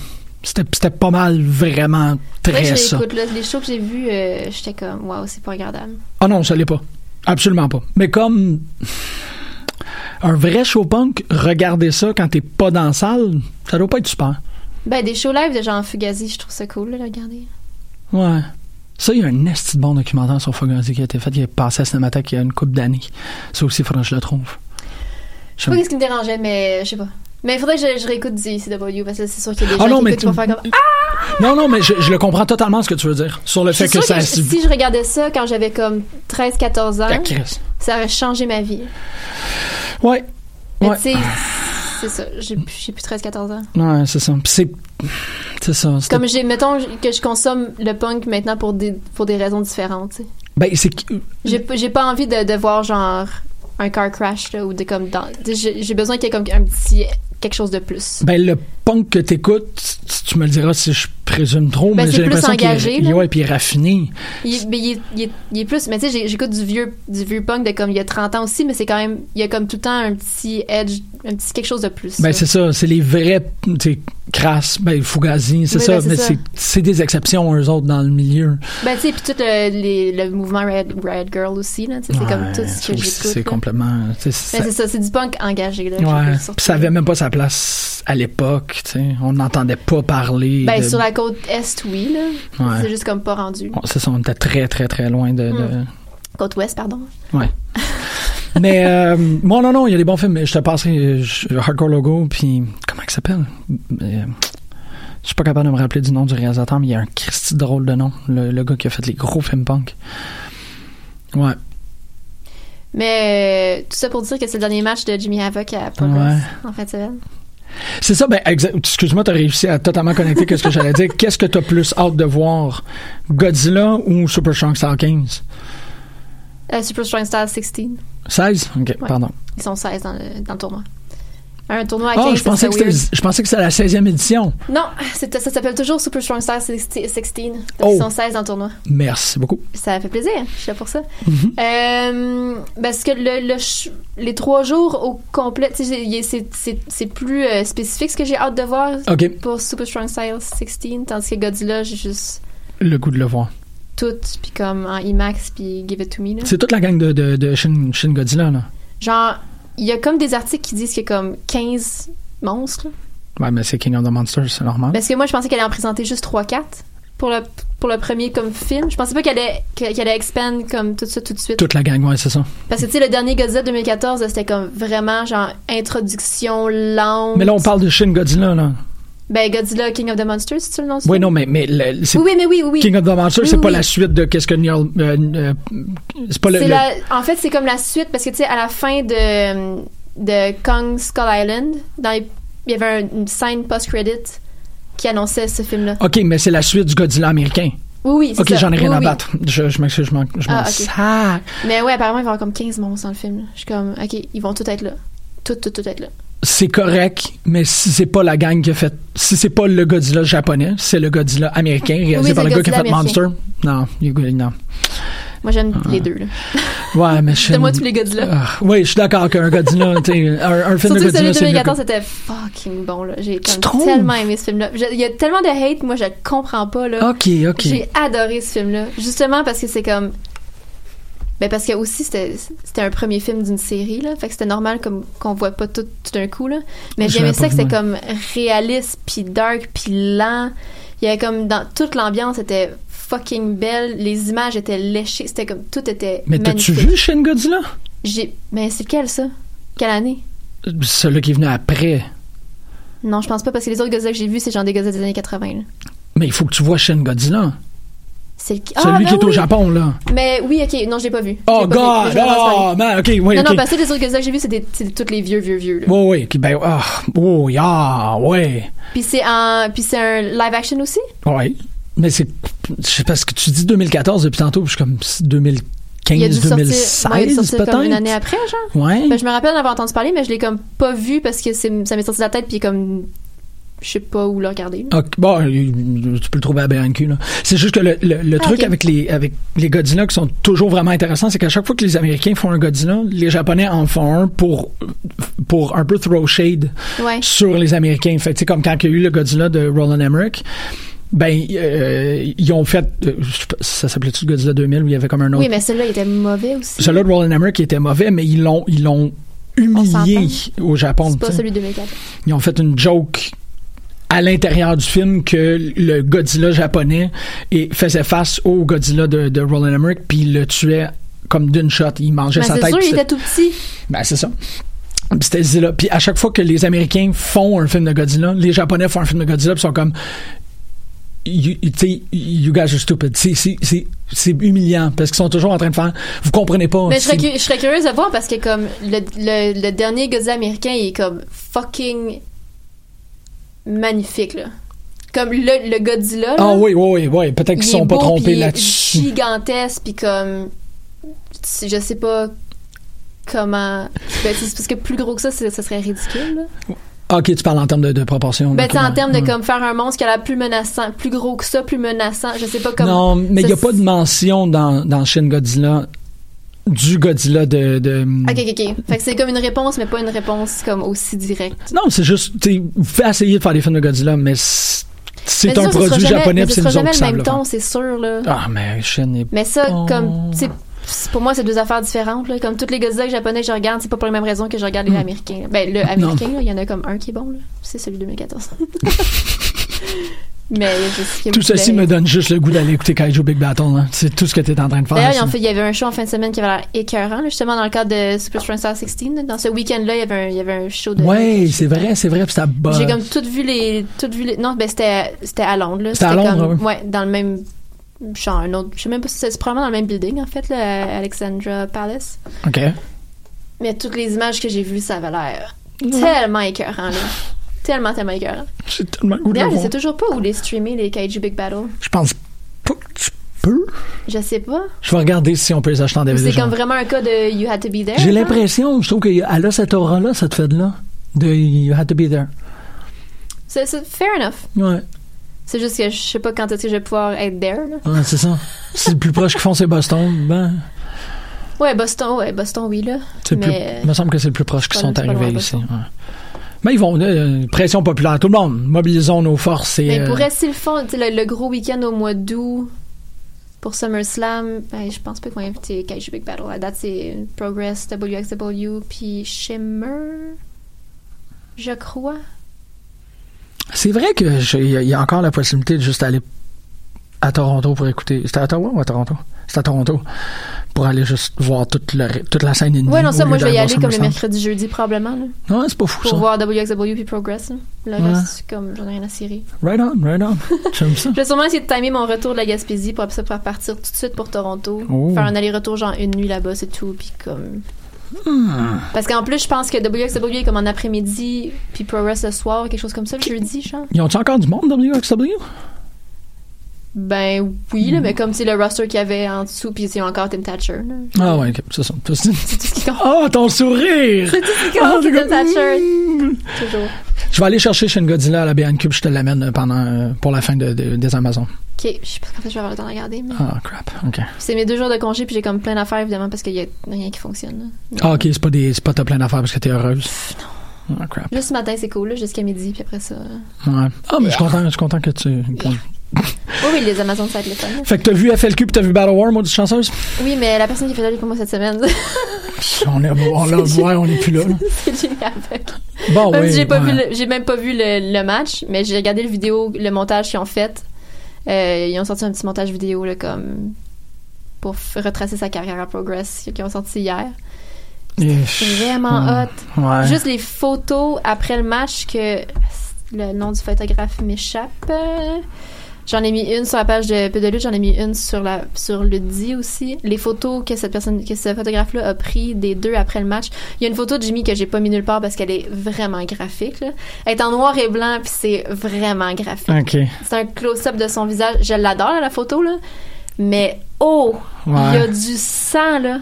c'était c'était pas mal vraiment Faudrait très que je ça. l'écoute, là. Les shows que j'ai vus, euh, j'étais comme, waouh, c'est pas regardable. Ah non, ça l'est pas. Absolument pas. Mais comme un vrai show punk, regarder ça quand t'es pas dans la salle, ça doit pas être super. Ben, des shows live de genre Fugazi, je trouve ça cool, là, de regarder. Ouais. Ça, il y a un esti de bon documentaire sur Fugazi qui a été fait, qui est passé à Cinémathèque il y a une couple d'années. Ça aussi, faudrait que je le trouve. Je sais pas qu'est-ce qui me dérangeait, mais je sais pas. Mais il faudrait que je, je réécoute du CW parce que c'est sûr qu'il y a des Ah gens non, qui mais écoutent pour tu- faire comme. Ah! Non, non, mais je, je le comprends totalement ce que tu veux dire. Sur le Je fait suis que sûre ça. que je- hein. si je regardais ça quand j'avais comme 13-14 Ah, ans, Christ. ça aurait changé ma vie. Ouais. Mais Ouais. tu sais, c'est ça. J'ai plus j'ai plus 13-14 ans. Ouais, c'est ça. Puis c'est. C'est ça. c'était- Comme j'ai, mettons que je consomme le punk maintenant pour des, pour des raisons différentes, tu sais. Ben, c'est. que- J'ai p- j'ai pas envie de, de voir genre un car crash là, ou de comme dans- tu sais, j'ai j'ai besoin qu'il y ait comme un petit quelque chose de plus. Ben, le punk que t'écoutes, tu- tu me le diras si je présume trop, Ben, mais c'est j'ai plus l'impression qu'il engagé, est, là. ouais, puis il est raffiné. Il, est- mais il, est- il est- il est plus mais tu sais j'ai- j'écoute du vieux du vieux punk de comme il y a 30 ans aussi mais c'est quand même il y a comme tout le temps un petit edge un petit quelque chose de plus. Ben, là. c'est ça, c'est les vrais, tu sais, crasses, ben, Fugazi, c'est Oui, ça, ben, c'est mais ça. c'est- c'est des exceptions, eux autres, dans le milieu. Ben tu sais puis tout le, les- le mouvement Red, Red Girl aussi là, tu sais, c'est comme Ouais, tout ce ça que aussi, j'écoute. là. C'est complètement. tu sais, ça- Ben, c'est ça, c'est du punk engagé là. Ouais. j'écoute Puis surtout. ça avait même pas sa place à l'époque, tu sais. On n'entendait pas parler. Ben de- sur la côte est oui là. Ouais. C'est juste comme pas rendu. On- C'est ça, on était très, très, très loin de. de- Hmm. Côte ouest pardon. Ouais. *laughs* mais euh, moi, non, non, il y a des bons films. mais Je te passerai euh, je- Hardcore Logo, puis comment il s'appelle Euh, Je suis pas capable de me rappeler du nom du réalisateur, mais il y a un Christy drôle de nom, le, le gars qui a fait les gros films punk. Ouais. Mais euh, tout ça pour dire que c'est le dernier match de Jimmy Havoc à Progress en fin de semaine. C'est ça, ben, exa- excuse-moi, t'as réussi à totalement connecter que ce *laughs* que j'allais dire. Qu'est-ce que t'as plus hâte de voir Godzilla ou Super Strong Style 15 Euh, Super Strong Style 16. 16 Ok, Ouais. pardon. Ils sont 16 dans le, dans le tournoi. Un tournoi à 15, Oh, je ça pensais, que serait c'était- weird. je pensais que c'était la 16e édition. Non, c'est- ça s'appelle toujours Super Strong Style 16. parce qu'ils Oh. sont 16 dans le tournoi. Merci beaucoup. Ça fait plaisir, je suis là pour ça. Mm-hmm. Euh, parce que le, le ch- les trois jours au complet, tu sais, j'ai- il est- c'est- c'est c'est plus euh, spécifique ce que j'ai hâte de voir Ok. pour Super Strong Style 16, tandis que Godzilla, j'ai juste Le goût de le voir. tout, puis comme en IMAX, puis Give It To Me. Là. C'est toute la gang de, de, de Shin, Shin Godzilla, là. Genre, il y a comme des articles qui disent qu'il y a comme 15 monstres. là. Ouais, mais c'est King of the Monsters, c'est normal. Parce que moi, je pensais qu'elle allait en présenter juste 3-4 pour le, pour le premier comme film. Je pensais pas qu'elle allait, qu'elle allait expand comme tout ça tout de suite. Toute la gang, ouais, c'est ça. Parce que, tu sais, le dernier Godzilla 2014, c'était comme vraiment genre introduction lente. Mais là, on parle de Shin Godzilla, là. Ben, Godzilla King of the Monsters, c'est-tu le nom du Oui, film? non, mais, mais le- c'est- Oui, oui, mais oui, oui. King of the Monsters, Oui, c'est pas oui. la suite de qu'est-ce que Neil. euh, euh, c'est pas le. C'est le- la- en fait, c'est comme la suite parce que tu sais, à la fin de, de Kong Skull Island, dans les- il y avait un- une scène post-credit qui annonçait ce film-là. Ok, mais c'est la suite du Godzilla américain. Oui, oui, c'est Ok, ça. j'en ai rien Oui, à oui. battre. Je, je m'excuse, je m'en. je m'en Ah, ok. sac. Mais ouais, apparemment, il va y avoir comme 15 monstres dans le film. Je suis comme, ok, ils vont tout être là. Tout, tout, tout être là. C'est correct, mais si c'est pas la gang qui a fait. Si c'est pas le Godzilla japonais, c'est le Godzilla américain réalisé Oui, par le c'est gars qui a fait Godzilla Monster. Non, you good, non. Moi, j'aime les deux, là. Ouais, mais je. Donne-moi tous les Godzilla. Ah, oui, je suis d'accord qu'un Godzilla, *laughs* tu sais, un, un film Surtout que de celui Godzilla, de c'est mieux 2014, que- c'était fucking bon, là. J'ai comme trouves? tellement aimé ce film-là. Je- Il y a tellement de hate, moi, je le comprends pas, là. Ok, ok. J'ai adoré ce film-là, justement parce que c'est comme. Ben parce que aussi c'était c'était un premier film d'une série là, fait que c'était normal comme qu'on voit pas tout tout d'un coup là. Mais Je j'aimais l'avais ça pas que vu, c'était moi. comme réaliste puis dark puis lent. Il y avait comme dans toute l'ambiance était fucking belle, les images étaient léchées, c'était comme tout était. Mais t'as-tu magnifique. vu Shin Godzilla? J'ai mais c'est lequel ça Quelle année Celui qui est venu après. Non, je pense pas parce que les autres Godzilla que j'ai vus c'est genre des Godzilla des années 80. là. Mais il faut que tu vois Shin Godzilla. C'est le... ben Celui qui est au oui! Japon, là. Mais oui, ok, non, je l'ai pas vu. Oh, Je l'ai pas vu. God! Je vais voir ça. Oh, man, ok, oui, hein. non, ok. non, parce que les autres Godzilla que j'ai vus, c'est des- c'est tous les vieux, vieux, vieux. là. Oui, oui, qui- ben, ah, oh, yeah, ouais. Puis c'est un, puis c'est un live action aussi. Ouais. Mais c'est. Je sais pas ce que tu dis 2014 depuis tantôt, puis je suis comme c'est 2015, il a dû sortir, ouais, il a dû 2016, sortir comme une année peut-être. après, genre. Ouais. Ben, je me rappelle en avoir entendu parler, mais je l'ai comme pas vu parce que c'est- ça m'est sorti de la tête, puis comme je sais pas où le regarder. là. Ok, bon, il- tu peux le trouver à BNQ. là. C'est juste que le, le- le Ah, truc ok. avec les avec les Godzilla qui sont toujours vraiment intéressants, c'est qu'à chaque fois que les Américains font un Godzilla, les Japonais en font un pour pour un peu throw shade Ouais. sur les Américains. Fait que, tu sais, comme quand il y a eu le Godzilla de Roland Emmerich, ben euh, ils ont fait euh, je sais pas, ça s'appelait-tu le Godzilla 2000 où il y avait comme un autre Oui, mais celui-là, il était mauvais aussi. celui-là de Roland Emmerich qui était mauvais, mais ils l'ont ils l'ont humilié au Japon. C'est pas tu sais. celui de 2004. Ils ont fait une joke à l'intérieur du film que le Godzilla japonais et faisait face au Godzilla de, de Roland Emmerich puis il le tuait comme d'une shot. Il mangeait Ben, sa c'est tête. sûr, puis il c'était- était tout petit. ben, c'est ça. Puis c'était Zilla. Puis à chaque fois que les Américains font un film de Godzilla, les Japonais font un film de Godzilla, puis sont comme. You, you- tu sais, you guys are stupid. C'est- C'est c'est- c'est humiliant parce qu'ils sont toujours en train de faire. Vous comprenez pas. Mais Ben, je serais, c'est- cu- je serais curieuse de voir parce que comme le, le, le dernier Godzilla américain il est comme fucking magnifique là. Comme le, le Godzilla. là, Ah oui, oui, oui, oui. Peut-être qu'ils il se sont est pas beau, puis trompés il est là-dessus. Gigantesque puis comme tu- je sais pas comment. Ben, c'est parce que plus gros que ça, c'est- ça serait ridicule. là. Ah, Ok, tu parles en termes de, de proportion. Ben, là, tu sais, en comment- termes de ouais. comme faire un monstre qui a l'air plus menaçant, plus gros que ça, plus menaçant, je sais pas comment. Non, mais il n'y a pas de mention dans, dans Shin Godzilla du Godzilla de. de- Ok, ok, ok. Fait que c'est comme une réponse, mais pas une réponse comme aussi directe. Non, c'est juste. tu sais, Vous pouvez essayer de faire des films de Godzilla, mais c'est Mais c'est disons un que ce sera produit jamais- japonais, mais puis ce c'est sera nous jamais autres qui le savent même le faire. ton, c'est sûr là. Ah, mais Shin est. Mais ça, Oh. comme, tu sais, c'est- pour moi, c'est deux affaires différentes. Là. Comme tous les Godzilla que japonais que je regarde, c'est pas pour les mêmes raisons que je regarde les Hmm. américains. Ben, le américain, là, il y en a comme un qui est bon, là. C'est celui de 2014. *laughs* Mais je sais qu'il y a Tout beaucoup de ceci hate. me donne juste le goût d'aller écouter Kaiju Big Battle. hein. C'est tout ce que tu es en train de faire. D'ailleurs, ils ça. ont fait- il y avait un show en fin de semaine qui avait l'air écœurant, là, justement, dans le cadre de Super Strong Star 16. là. Dans ce week-end-là, il y avait un, il y avait un show de. Ouais, c'est vrai, c'est vrai, puis ça bosse. J'ai comme toutes vu les. Toutes vu les non, ben c'était c'était à Londres. là. C'était à Londres, comme, ouais. Ouais, dans le même. Genre, un autre. Je sais même pas si c'est c'est probablement dans le même building, en fait, là, à Alexandra Palace. Ok. Mais toutes les images que j'ai vues, ça avait l'air tellement écœurant, là. Tellement, tellement écœurant. J'ai tellement le goût de le D'ailleurs, je voir. sais toujours pas où les streamer, les Kaiju Big Battle. Je pense pas que tu peux. Je sais pas. Je vais regarder si on peut les acheter en Ou DVD. C'est genre. comme hein? vraiment un cas de You Had to Be There. J'ai genre? l'impression, je trouve qu'elle a cette aura-là, cette fête-là, de You Had to Be There. C'est c'est fair enough. Ouais, C'est juste que je sais pas quand est-ce que je vais pouvoir être there. là. ouais, c'est ça. C'est le plus proche qu'ils font, c'est Boston. Ben, Ouais, Boston, ouais, Boston, oui, là. c'est le plus- Mais euh, il me semble que c'est le plus proche qu'ils pas loin, sont c'est pas arrivés loin, ici. ouais. Mais ils vont, euh, pression populaire, tout le monde. Mobilisons nos forces et. mais ils euh, pourraient, s'ils le font, tu sais, le, le gros week-end au mois d'août pour SummerSlam, ben, je pense pas qu'ils vont inviter Kaiju Big Battle. À date, c'est Progress, WXW, puis Shimmer, je crois. C'est vrai que j'ai- il y, a- il y a encore la possibilité de juste aller à Toronto pour écouter. C'était à Ottawa ou à Toronto? C'était à Toronto. Pour aller juste voir toute, le ré- toute la scène indie. Ouais, non, ça, au moi, lieu je vais y d'aller aller voir comme le SummerSlam. mercredi, jeudi, probablement. là, Non, c'est pas fou, pour ça. voir WXW puis Progress. là. Le Ouais. reste, c'est comme, j'en ai rien à cirer. Right on, right on. J'aime ça. Je vais sûrement essayer de timer mon retour de la Gaspésie pour après ça pouvoir partir tout de suite pour Toronto. Oh. Faire un aller-retour, genre une nuit là-bas, c'est tout. Puis comme. Hmm. Parce qu'en plus, je pense que WXW est comme en après-midi, puis Progress le soir, quelque chose comme ça, le jeudi, genre. Ils ont-tu encore du monde, WXW? Ben oui, Hmm. là, mais comme c'est le roster qu'il y avait en dessous, puis c'est encore Tim Thatcher. là. Ah ouais, ok, c'est ça. C'est Oh, ton sourire! *laughs* C'est tout ce qui compte, c'est Tim Thatcher. Toujours. Je vais aller chercher Shin Godzilla à la BN Cube, je te l'amène euh, pendant, euh, pour la fin de- de- des Amazones. Ok, je sais pas quand est-ce que je vais avoir le temps de regarder. Mais... Ah, crap, ok. C'est mes deux jours de congé, puis j'ai comme plein d'affaires, évidemment, parce qu'il y a rien qui fonctionne. là. Ah, ok, c'est pas, des, c'est pas t'as plein d'affaires parce que t'es heureuse. Ah, crap. Là, ce matin, c'est cool, là, jusqu'à midi, puis après ça. euh. Ouais. Ah, mais je suis content, je suis content que tu. Oh oui, les Amazones, ça va être le fun. là. Fait que t'as vu FLQ pis t'as vu Battle War, maudite *laughs* chanceuse? Oui, mais la personne qui a fait la vie pour moi cette semaine, *laughs* On est, on, l'a- ouais, on est plus là. là. c'est Jimmy Havoc. Bon, Même Ah oui. si Ah, j'ai, pas ouais. vu le- j'ai même pas vu le, le match, mais j'ai regardé le vidéo, le montage qu'ils ont fait. Euh, ils ont sorti un petit montage vidéo là, comme pour f- retracer sa carrière à Progress qu'ils ont sorti hier. Yeah. Vraiment Ouais. hot. Ouais. Juste les photos après le match que le nom du photographe m'échappe. Euh, J'en ai mis une sur la page de Peu de lutte, j'en ai mis une sur la sur le dit aussi. Les photos que cette personne que ce photographe là a pris des deux après le match. Il y a une photo de Jimmy que j'ai pas mis nulle part parce qu'elle est vraiment graphique là. Elle est en noir et blanc puis c'est vraiment graphique. Ok. C'est un close-up de son visage. Je l'adore là, la photo là. Mais oh, il y a Ouais. du sang là.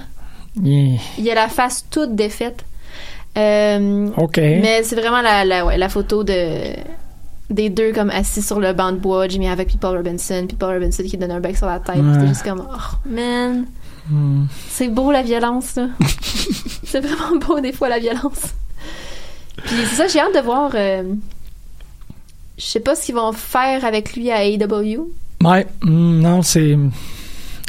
Yeah. Il y a la face toute défaite. Euh, OK. Mais c'est vraiment la, la, ouais, la photo de des deux comme assis sur le banc de bois, Jimmy avec puis Paul Robinson, puis Paul Robinson qui donne un bec sur la tête. Ouais. C'était juste comme oh man, Hmm. c'est beau la violence *laughs* là. c'est vraiment beau des fois la violence. Puis c'est ça, j'ai hâte de voir. euh, je sais pas ce qu'ils vont faire avec lui à E AEW. Ouais, hmm, non, c'est.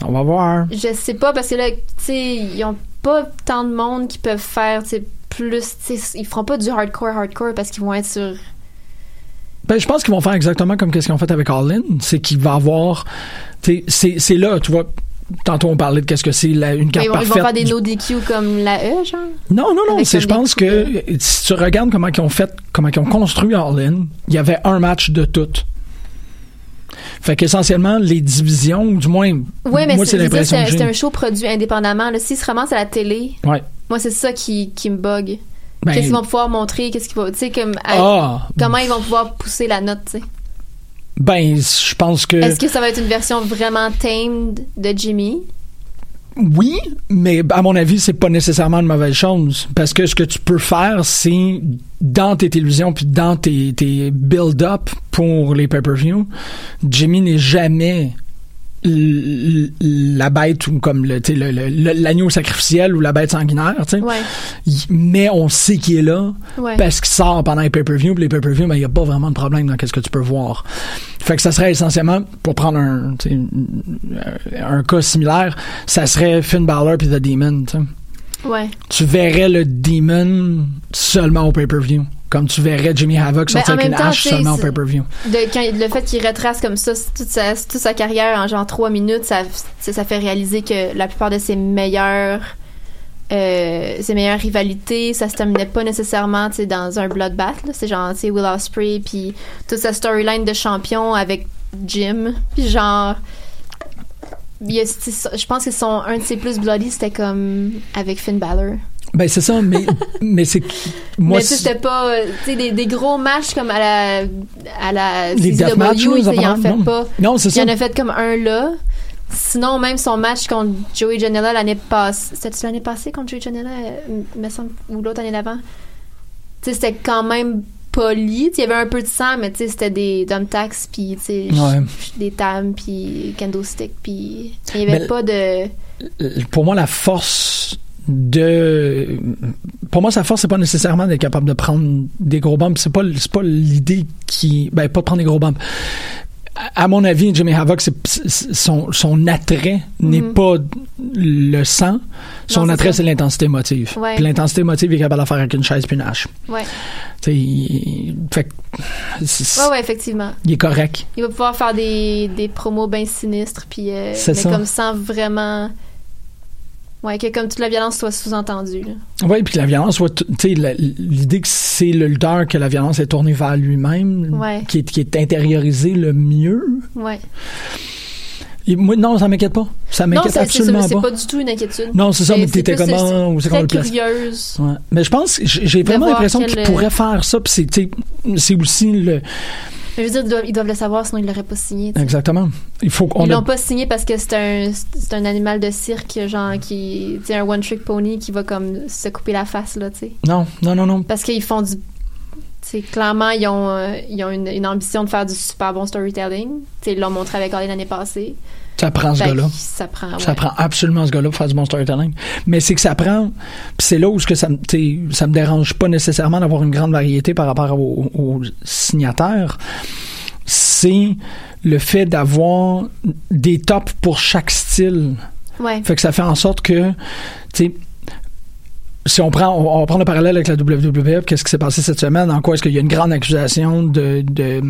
On va voir. Je sais pas parce que là, tu sais, ils ont pas tant de monde qui peuvent faire, tu sais, plus, tu sais, ils feront pas du hardcore hardcore parce qu'ils vont être sur. Ben, je pense qu'ils vont faire exactement comme qu'est-ce qu'ils ont fait avec All In, c'est qu'il va avoir, tu sais, c'est c'est là, tu vois. Tantôt on parlait de qu'est-ce que c'est la- une Mais carte Ben, ils vont, ils parfaite. vont faire des du- no DQ comme la E, genre. Non, non, non. Avec C'est, comme je des pense que si tu regardes comment ils ont fait, comment ils ont construit All In, il y avait un match de toutes. Fait qu'essentiellement, les divisions, ou du moins, Ouais, mais moi, c'est je veux c'est dire, l'impression c'est un, que j'ai. c'est un show produit indépendamment. Là, s'ils se ramassent à la télé, Ouais. moi, c'est ça qui, qui me bug. Ben- qu'est-ce qu'ils vont pouvoir montrer, qu'est-ce qu'ils vont. Tu sais, comme. à- Ah! Comment ils vont pouvoir pousser la note, tu sais. Ben, je pense que. Est-ce que ça va être une version vraiment tamed de Jimmy? Oui, mais à mon avis, c'est pas nécessairement une mauvaise chose. Parce que ce que tu peux faire, c'est dans tes télévisions puis dans tes, tes build-up pour les pay-per-view, Jimmy n'est jamais l- l- la bête ou comme le tu sais, le- le- le- l'agneau sacrificiel ou la bête sanguinaire tu sais. Ouais. Il- mais on sait qu'il est là Ouais. parce qu'il sort pendant les pay-per-view puis les pay-per-view mais il n'y a pas vraiment de problème dans qu'est-ce que tu peux voir fait que ça serait essentiellement pour prendre un tu sais, un cas similaire, ça serait Finn Balor puis The Demon. tu sais. Ouais. Tu verrais le Demon seulement au pay-per-view. Comme tu verrais Jimmy Havoc Ben, sortir en avec même une temps, hache tu sais, seulement au c'est- pay-per-view. De, quand, le fait qu'il retrace comme ça toute sa, toute sa carrière en genre trois minutes, ça, ça ça fait réaliser que la plupart de ses meilleures, euh, ses meilleures rivalités, ça se terminait pas nécessairement tu sais, dans un bloodbath. là. C'est genre tu sais, Will Ospreay, puis toute sa storyline de champion avec Jim. Puis genre, il y a- tu sais, je pense que son, un de ses plus bloody, c'était comme avec Finn Balor. Ben c'est ça, mais, *laughs* mais c'est. Moi, mais tu sais, c'est- c'était pas. euh, Tu sais, des, des gros matchs comme à la. À la Les CZW, deathmatchs, tu sais, là, E, il en apparemment, fait non. pas. Non, c'est Il ça. en a fait comme un là. Sinon, même son match contre Joey Janela l'année passée. C'était-tu l'année passée contre Joey Janela euh, me semble, Ou l'autre année d'avant Tu sais, c'était quand même poli. Tu sais, Il y avait un peu de sang, mais tu sais, c'était des thumbtacks, puis tu sais, Ouais. des tams, puis kendo stick, puis. Il n'y avait Mais- pas de. Euh, pour moi, la force de pour moi sa force c'est pas nécessairement d'être capable de prendre des gros bombes c'est pas c'est pas l'idée qui ben pas de prendre des gros bombes à à mon avis Jimmy Havoc c'est- c'est- son son attrait n'est pas le sang Mm-hmm. son Non, c'est attrait ça. c'est l'intensité émotive Ouais. Puis l'intensité émotive il est capable de la faire avec une chaise puis une hache Ouais. Tu sais, il- fait que c'est- Ouais, ouais, effectivement. Il est correct. Il va pouvoir faire des, des promos bien sinistres, puis euh, C'est mais ça. comme sans vraiment. Ouais, que comme toute la violence soit sous-entendue. là. Oui, puis que la violence, soit t- tu sais, la- l'idée que c'est le lutteur que la violence est tournée vers lui-même, Ouais. qui, est, qui est intériorisée le mieux. Ouais. Et moi, non, ça m'inquiète pas. Ça Non, m'inquiète c'est- c'est ça, mais absolument c'est pas. pas du tout une inquiétude. Non, c'est ça, mais t'étais plus- comme, ah, où c'est qu'on très le place? curieuse. Ouais. Mais je pense, que j'ai j'ai De vraiment voir l'impression quel, qu'il euh, pourrait faire ça. Puis c'est, tu sais, c'est aussi le. Mais Je veux dire, ils doivent, ils doivent le savoir, sinon ils l'auraient pas signé. tu sais. Exactement. Il faut qu'on. Ils a- l'ont pas signé parce que c'est un, c'est un animal de cirque, genre, qui. Tu sais, un one-trick pony qui va comme se couper la face, là, tu sais. Non, non, non, non. Parce qu'ils font du. tu sais, clairement, ils ont, euh, ils ont une, une ambition de faire du super bon storytelling. Tu sais, ils l'ont montré avec Orly l'année passée. Ça prend ce Fait que gars-là. Ça prend. Ah ouais. Ça prend absolument ce gars-là pour faire du bon storytelling. Mais c'est que ça prend. Puis c'est là où ce que ça me, tu sais, ça me dérange pas nécessairement d'avoir une grande variété par rapport aux, aux signataires. C'est le fait d'avoir des tops pour chaque style. Ouais. Fait que ça fait en sorte que, tu sais, si on prend, on, on prend le parallèle avec la WWE, qu'est-ce qui s'est passé cette semaine? En quoi est-ce qu'il y a une grande accusation de, de,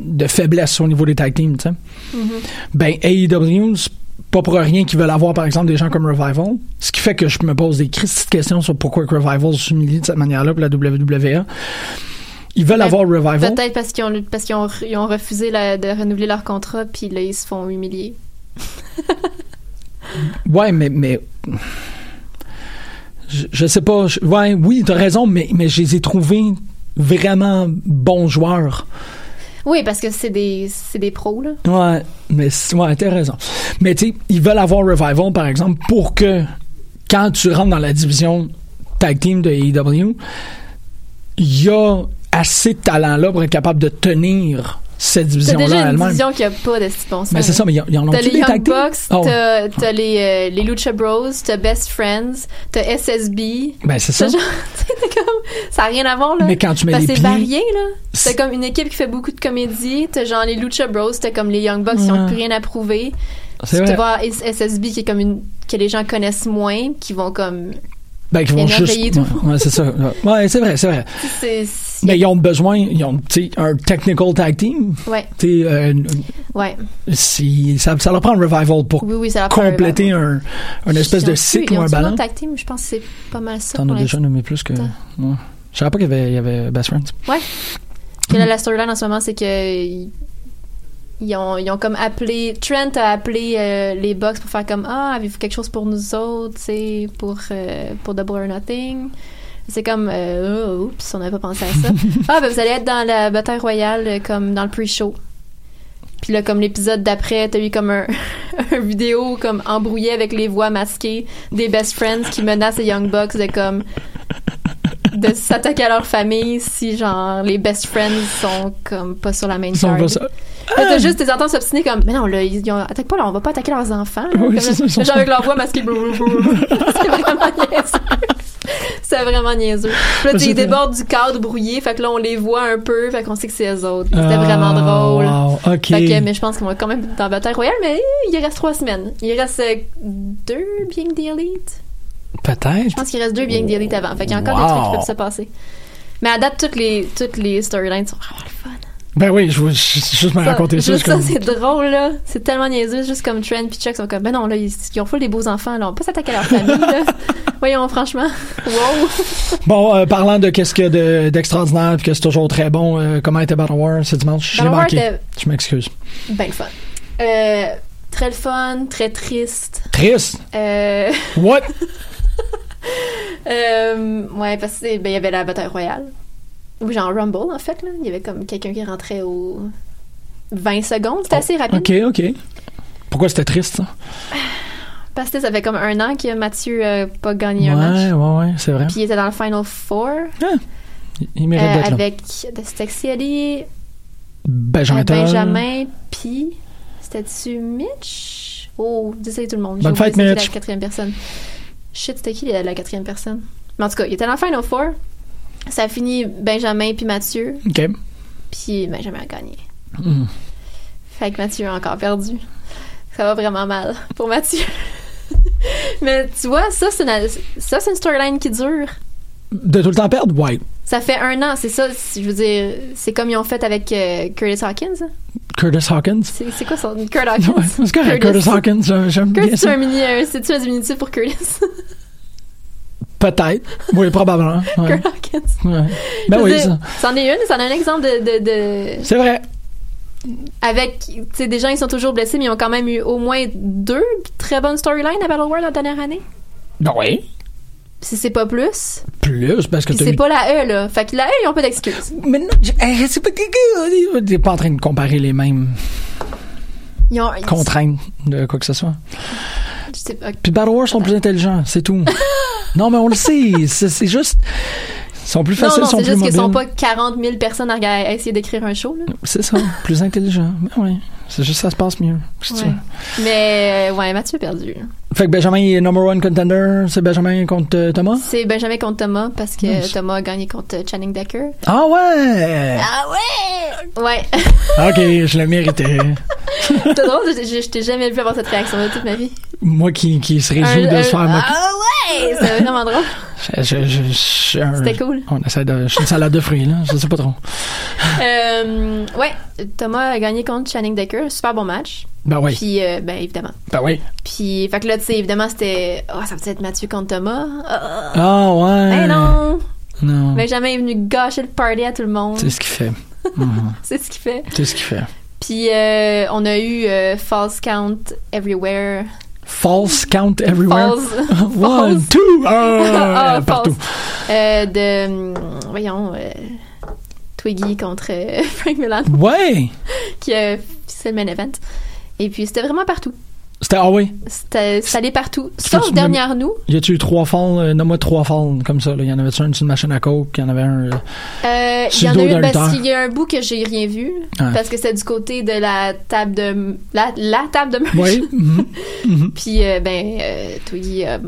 de faiblesse au niveau des tag teams, tu sais? Mm-hmm. Ben, AEW, c'est pas pour rien qu'ils veulent avoir, par exemple, des gens comme Revival. Ce qui fait que je me pose des crises de questions sur pourquoi que Revival s'humilie de cette manière-là pour la WWE. Ils veulent Ben, avoir Revival. Peut-être parce qu'ils ont, parce qu'ils ont, ils ont refusé la- de renouveler leur contrat, puis là, ils se font humilier. Ouais, mais. mais... Je, je sais pas. je- ouais, oui, t'as raison, mais, mais je les ai trouvés vraiment bons joueurs. Oui, parce que c'est des, c'est des pros, là. Ouais, mais c'est- ouais, t'as raison. Mais tu sais, ils veulent avoir Revival, par exemple, pour que quand tu rentres dans la division tag team de AEW, il y a assez de talent là pour être capable de tenir cette T'as division-là déjà une elle-même. division qui a pas de si bon sens. Mais c'est ça, mais ils en ont T'as tous les des Young tag teams? Bucks, Ah ouais. t'as, t'as les, euh, les Lucha Bros, t'as Best Friends, t'as SSB. Ben, c'est T'as *laughs* ça. genre- t'sais, t'es comme, ça n'a rien à voir, là. Mais quand tu mets Parce que les c'est pieds- varié, là. T'as comme une équipe qui fait beaucoup de comédie, t'as genre les Lucha Bros, t'as comme les Young Bucks qui Ouais. n'ont plus rien à prouver. C'est Tu vas vrai. voir SSB qui est comme une. que les gens connaissent moins, qui vont comme. Ben, qu'ils vont Ils juste. réveillent tout le ouais, ouais, c'est ça. Ouais, c'est vrai, c'est vrai. C'est. c'est- Mais ils ont besoin, ils ont tu sais, un technical tag team. Ouais, Tu sais, euh, ouais. si, ça, ça leur prend un revival pour Oui, oui, ça leur prend un compléter un, un espèce de Ils ont- cycle ils ou ont un sûrement ballon. tag team, je pense que c'est pas mal ça. T'en pour as déjà l'instant. nommé plus que. T'as- Ouais. Je savais pas qu'il y avait, il y avait Best Friends. Ouais. Que là, la storyline en ce moment, c'est que euh, ils, ils ont, ils ont comme appelé. Trent a appelé euh, les Bucks pour faire comme Ah, avez-vous quelque chose pour nous autres, tu sais, pour, euh, pour Double or Nothing. C'est comme euh, Oh, oups, on n'avait pas pensé *laughs* à ça. ah, ben vous allez être dans la bataille royale, euh, comme dans le pre-show. Puis là, comme l'épisode d'après, t'as eu comme un, *laughs* un vidéo comme embrouillé avec les voix masquées des best friends qui menacent les Young Bucks de comme de s'attaquer à leur famille si genre les best friends sont comme pas sur la main Ils sont card. pas ça. Là, t'as juste tes entendre s'obstiner comme mais non là ils, ils ont- attaque pas là on va pas attaquer leurs enfants. là. Oui, Comme c'est là, ça, ils sont- genre avec leur voix masquée. brou, brou, *laughs* brou. C'est vraiment niaiseux. C'est vraiment niaiseux. Puis là, tu- ils débordent du cadre brouillé, fait que là on les voit un peu, fait qu'on sait que c'est eux autres. C'était vraiment Ah, drôle. wow, ok. Fait que, mais je pense qu'on va quand même dans Bataille Royale, mais il reste trois semaines. Il reste euh, deux Being the Elite. Je Peut-être. pense qu'il reste deux Being the Elite avant. Fait qu'il y a encore des Wow. trucs qui peuvent se passer. Mais à date, toutes les, toutes les storylines sont vraiment le fun. Ben oui, je voulais juste juste me Ça, raconter ça. juste je suis ça, comme- c'est drôle, là. C'est tellement niaiseux. Juste comme Trent puis Chuck sont comme, ben non, là, ils, ils ont full des beaux enfants, là. On peut pas s'attaquer à leur famille, *laughs* là. Voyons, franchement. Wow. Bon, euh, parlant de qu'est-ce qu'il y a de- d'extraordinaire puis que c'est toujours très bon, euh, comment était Battle War ce dimanche? Je l'ai Battle War manqué. était- Je m'excuse. Ben le fun. Euh, très le fun, très triste. Triste! Euh, *laughs* What? Euh, ouais, parce que ben, il y avait la bataille royale. Ou genre Rumble, en fait. Là. Il y avait comme quelqu'un qui rentrait au 20 secondes. C'était assez rapide. Oh, ok, ok. Pourquoi c'était triste, ça? Parce que ça fait comme un an que Mathieu n'a pas gagné un match. ouais, ouais, ouais, c'est vrai. Puis il était dans le Final Four Il- Il euh, mérite d'être là. avec de Sexy Ali, Benjamin. euh, Toll. Benjamin, puis c'était-tu Mitch? Oh, désolé tout le monde. J'ai Bonne oublié fête, c'était qui Mitch. la quatrième personne. Shit, c'était qui la la quatrième personne? Mais en tout cas, il était dans le Final Four. Ça a fini Benjamin puis Mathieu. Ok. Puis Benjamin a gagné. Hmm. Fait que Mathieu a encore perdu. Ça va vraiment mal pour Mathieu. *laughs* Mais tu vois, ça, c'est une, ça, c'est une storyline qui dure. De tout le temps perdre? Ouais. Ça fait un an, c'est ça, c- je veux dire, c'est comme ils ont fait avec euh, Curtis Hawkins. hein? *laughs* Curtis Hawkins. C'est c'est quoi son. Curtis Hawkins. Ouais, c'est correct, Curtis Hawkins, j'aime- j'aime bien Curtis, c'est ça. un mini. un- C'est-tu un diminutif pour Curtis? *laughs* Peut-être. *laughs* Oui, probablement. ouais. Curtis Hawkins. Ouais. Je Ben veux oui, dire, ça. C'en est une, c'en est un exemple de. de, de- C'est vrai. Avec, tu sais, des gens, ils sont toujours blessés, mais ils ont quand même eu au moins deux très bonnes storylines à Battle World la dernière année. Ben oui. Si c'est pas plus. Plus, parce que Puis tu c'est pas la E, là. Fait que la E, ils ont pas d'excuses. Mais non, je- eh, c'est pas que- t'es pas en train de comparer les mêmes Ils ont. ils- contraintes de quoi que ce soit. je sais pas. Puis Battle Wars sont plus intelligents, *laughs* c'est tout. non, mais on le sait, c'est c'est juste. Ils sont plus Non, faciles, non, ils sont c'est plus juste qu'ils mobiles. sont pas 40 000 personnes à, regarder- à essayer d'écrire un show, là. C'est ça, plus intelligents. Ben oui, c'est juste ça se passe mieux. si tu Ouais. veux. Mais, euh, ouais, Mathieu a perdu. Fait que Benjamin est number one contender, c'est Benjamin contre euh, Thomas? C'est Benjamin contre Thomas parce que Nice. Thomas a gagné contre Channing Decker. Ah ouais! Ah ouais! Ouais. *laughs* Ah! Ok, je le méritais. C'est drôle, je, je- je t'ai jamais vu avoir cette réaction-là toute ma vie. Moi qui, qui se réjouis Un- de se faire un- moquer. Ah ouais! C'est vraiment drôle. Je- je- je- je suis un- C'était cool. On essaie de. Je suis une salade de fruits, là. Je sais pas trop. Euh, ouais, Thomas a gagné contre Channing Decker. Super bon match. Ben oui. Puis, euh, ben évidemment. Ben oui. Puis, fait que là, tu sais, évidemment, c'était. Oh, ça peut être Mathieu contre Thomas. Ah, Ah ouais. Ben non! Ben- Non. Benjamin est venu gâcher le party à tout le monde. C'est ce qu'il fait. Mhm. *laughs* C'est ce qu'il fait. C'est ce qu'il fait. Puis, euh, on a eu euh, False Count Everywhere. False count everywhere. *laughs* False. One, two, *laughs* Ah, *laughs* un, false. partout. Euh, de. hum, Voyons. euh, Twiggy contre euh, *laughs* Frank Milan, Ouais. qui a fait le main event. Et puis, c'était vraiment partout. C'était ah oui. C'était ça allait partout. Tu peux-tu Sauf me- dernière nous. Y a-tu eu trois falls euh, Nomme-moi trois falls comme ça. Là. Y en avait un sur une machine à coke, y en avait un. euh, Euh, Il Sur y le en a dos d'un eu lutteur. parce qu'il y a un bout que j'ai rien vu. Ouais. Parce que c'était du côté de la table de. La, la table de merch. Oui. mhm, mhm. *laughs* Puis, euh, ben, euh, Twiggy a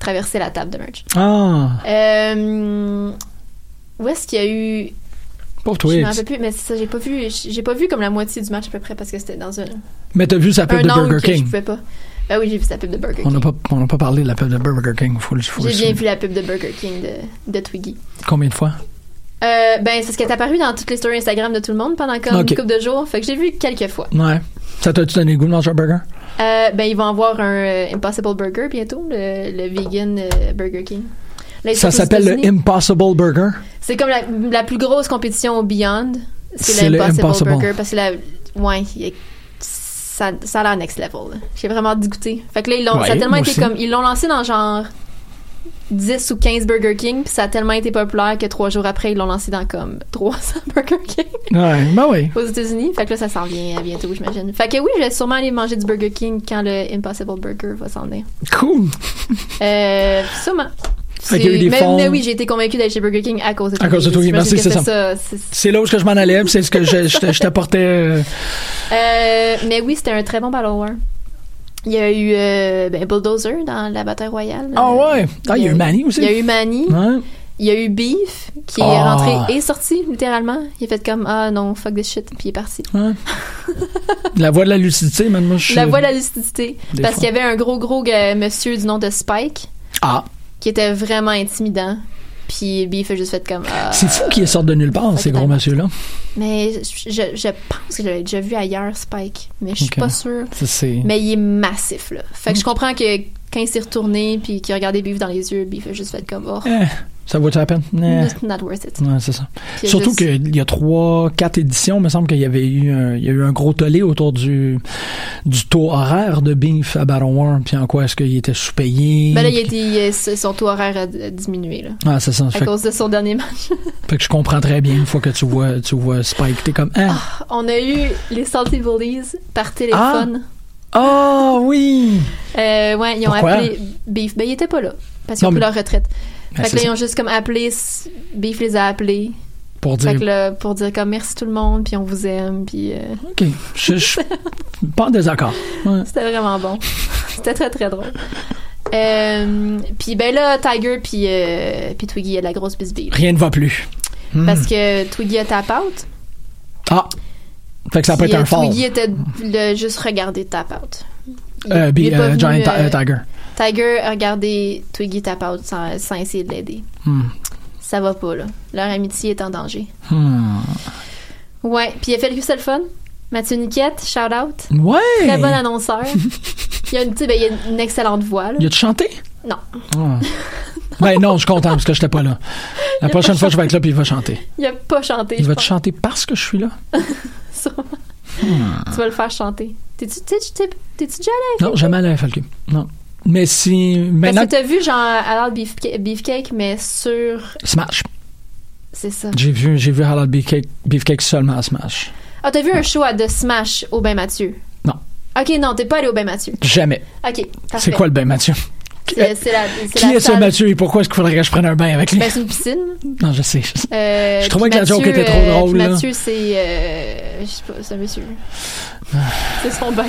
traversé la table de merch. Ah, Euh, où est-ce qu'il y a eu. pauvre Je m'en Twigs. rappelle plus, mais c'est ça, j'ai pas vu. J'ai pas vu comme la moitié du match à peu près parce que c'était dans un. Mais t'as vu sa pub un de angle Burger que je King. pouvais pas. Ah oui, j'ai vu sa pub de Burger On n'a King. pas, on n'a pas parlé de la pub de Burger King. Faut, le- faut le J'ai bien souligner. vu la pub de Burger King de, de Twiggy. Combien de fois? Euh, ben, c'est ce qui est apparu dans toutes les stories Instagram de tout le monde pendant comme Ok. une couple de jours. Fait que j'ai vu quelques fois. Ouais. Ça t'a-tu donné le goût de manger un burger? Euh, ben, ils vont avoir un euh, Impossible Burger bientôt, le, le vegan euh, Burger King. Là, ils Ça sont aux s'appelle le États-Unis. Impossible Burger. C'est comme la, la plus grosse compétition au Beyond. C'est C'est le l'Impossible Impossible. Burger parce que la, ouais, il y a- ça, ça a l'air next level. là. J'ai vraiment dégoûté. Fait que là, ils l'ont, ça Ouais, a tellement moi été aussi. comme. Ils l'ont lancé dans genre 10 ou 15 Burger King, puis ça a tellement été populaire que trois jours après, ils l'ont lancé dans comme 300 *laughs* Burger King Ouais, ben oui. aux États-Unis. Fait que là, ça s'en vient à bientôt, j'imagine. Fait que oui, je vais sûrement aller manger du Burger King quand le Impossible Burger va s'en venir. Cool. Euh, sûrement. Fait qu'il y a eu C'est- des mais, fonds. mais oui, j'ai été convaincue d'aller chez Burger King à cause de À cause de toi, oui, J'imagine merci, que c'est ça. c'est- C'est là où est-ce que je m'en allais, puis c'est ce que je, je te- je t'apportais. euh, Euh, mais oui, c'était un très bon Battle War. Il y a eu euh, ben, Bulldozer dans la bataille royale. Ah ouais! Ah, il y a eu Manny aussi. Il y a eu Manny. Ouais. Il y a eu Beef, qui est Ah. rentré et sorti, littéralement. Il a fait comme Ah non, fuck this shit, puis il est parti. Ouais. La voix de la lucidité, man, moi, je suis- La voix de la lucidité. Des Parce fois. qu'il y avait un gros, gros gars- monsieur du nom de Spike Ah, qui était vraiment intimidant. Puis Beef a juste fait comme Ah. c'est fou qu'ils sortent de nulle part, ces gros messieurs-là. Mais je, je- je pense que j'avais déjà vu ailleurs Spike, mais je suis Ok. pas sûre. Ça, c'est- Mais il est massif, là. Fait que je comprends que quand il s'est retourné puis qu'il regardait Beef dans les yeux, Beef a juste fait comme oh, Eh, ça vaut-tu la peine? Eh. it's not worth it. Ouais, c'est ça. Puis Surtout juste- qu'il y a trois, quatre éditions, il me semble qu'il y avait eu un, il y a eu un gros tollé autour du, du taux horaire de Beef à Baron War, puis en quoi est-ce qu'il était sous-payé. Ben là, il a été- il a- son taux horaire a a diminué, là. Ah, c'est ça. À Fait, cause de son dernier *laughs* match. fait que je comprends très bien une fois que tu vois, tu vois Spike, t'es comme, ah, On a eu les Salty Bullies par téléphone. ah oui! Euh, ouais, ils ont Pourquoi? appelé Beef. Ben, il était pas là. Parce qu'ils ont Non, pris mais- leur retraite. Ben, fait c'est que là, ils ça. ont juste comme appelé. Beef les a appelés. Pour dire, Fait que là, pour dire comme merci tout le monde, puis on vous aime, puis euh, ok, je, *laughs* je pas en désaccord. Ouais. c'était vraiment bon. *laughs* c'était très très drôle. Euh, puis ben là, Tiger puis euh, puis Twiggy a de la grosse bisbille. Rien ne va plus. Hmm. Parce que Twiggy a tap out. Ah! Fait que ça peut puis, être euh, un fort. Twiggy était le- juste regardé tap out. Il- Euh, il puis, est pas euh, venu, Giant Ti- euh, euh, Tiger. Tiger a regardé Twiggy tap out sans, sans essayer de l'aider. Hmm. ça va pas, là. Leur amitié est en danger. Hmm. Ouais, puis il a fait le seul fun. Mathieu Niquette, shout out. Ouais! Très bon *laughs* annonceur. il, a une, tu sais, ben, il a une excellente voix, là. Il a-tu chanté? Non. Ah. ben non, je suis content parce que j'étais pas là. La *laughs* Il a prochaine pas fois, je vais être là puis il va chanter. Il a pas chanté. Il je va te pense. chanter parce que je suis là? Sûrement. Hmm. Tu vas le faire chanter. T'es-tu t'es-tu- t'es- t'es-tu déjà allé? à *laughs* Non, jamais allé à FLQ. Non. Mais si. Parce Maintenant. que t'as vu, genre, alors Beefcake, beefcake mais sur. Smash. C'est ça. J'ai vu, j'ai vu Halal Beefcake, Beefcake seulement à Smash. Ah, t'as vu un show à de Smash au Bain Mathieu? Non. Ok, non, t'es pas allé au Bain Mathieu. Jamais. Ok, parfait. C'est quoi le bain, Mathieu? C'est c'est la. Qui est ce Mathieu et pourquoi est-ce qu'il faudrait que je prenne un bain avec lui? Ben, c'est une piscine. non, je sais. je sais. Euh, Je trouvais puis que la joke Mathieu, était trop euh, drôle, puis là. Mathieu, c'est. euh, je sais pas, c'est un *sighs* monsieur. c'est son bain.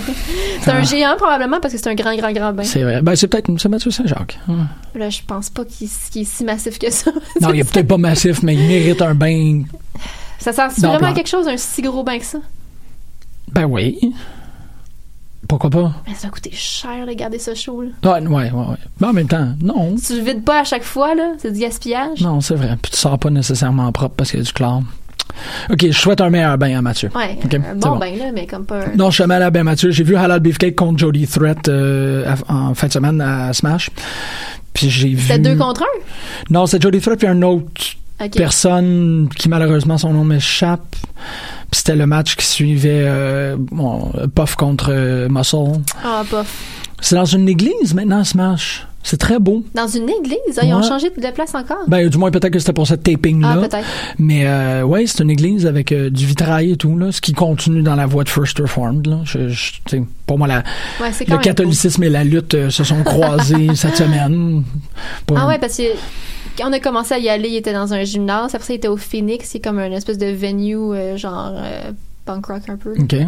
C'est un Ah. géant, probablement, parce que c'est un grand, grand, grand bain. C'est vrai. Ben, c'est peut-être c'est Mathieu Saint-Jacques. Ouais. Là, je pense pas qu'il qu'il est si massif que *laughs* ça. Non, il est peut-être pas massif, mais il mérite un bain. ça sert Non, vraiment à non. quelque chose, un si gros bain que ça? Ben oui. Pourquoi pas? Mais ça va coûter cher de garder ce show, là. Ouais, ouais, ouais. ouais. Mais en même temps, non. Tu le vides pas à chaque fois, là. C'est du gaspillage. Non, c'est vrai. Puis tu sors pas nécessairement propre parce qu'il y a du chlore. OK, je souhaite un meilleur bain à Mathieu. Ouais, OK, un c'est bon, bain, là, mais comme pas un... Non, je suis jamais allé à Ben Mathieu. J'ai vu Halal Beefcake contre Jody Threat euh, à- en fin de semaine à Smash. Puis j'ai vu. C'était deux contre un? Non, c'est Jody Threat puis un autre Ok. personne qui malheureusement son nom m'échappe. Puis c'était le match qui suivait euh, bon, Puff contre euh, Muscle. Ah, pof. C'est dans une église maintenant Smash. C'est très beau. Dans une église, hein, ils ont Ouais. changé de place encore. Ben du moins peut-être que c'était pour ce taping ah, là. peut-être. Mais euh, ouais, c'est une église avec euh, du vitrail et tout là, ce qui continue dans la voie de First Reformed là. Je- je- tu sais, pour moi la Ouais, c'est quand le même beau. catholicisme et la lutte euh, se sont *laughs* croisés cette semaine. Pour- Ah ouais, parce que quand on a commencé à y aller, il était dans un gymnase. Après ça, il était au Phoenix. C'est comme une espèce de venue, euh, genre euh, punk rock un peu. OK. Là,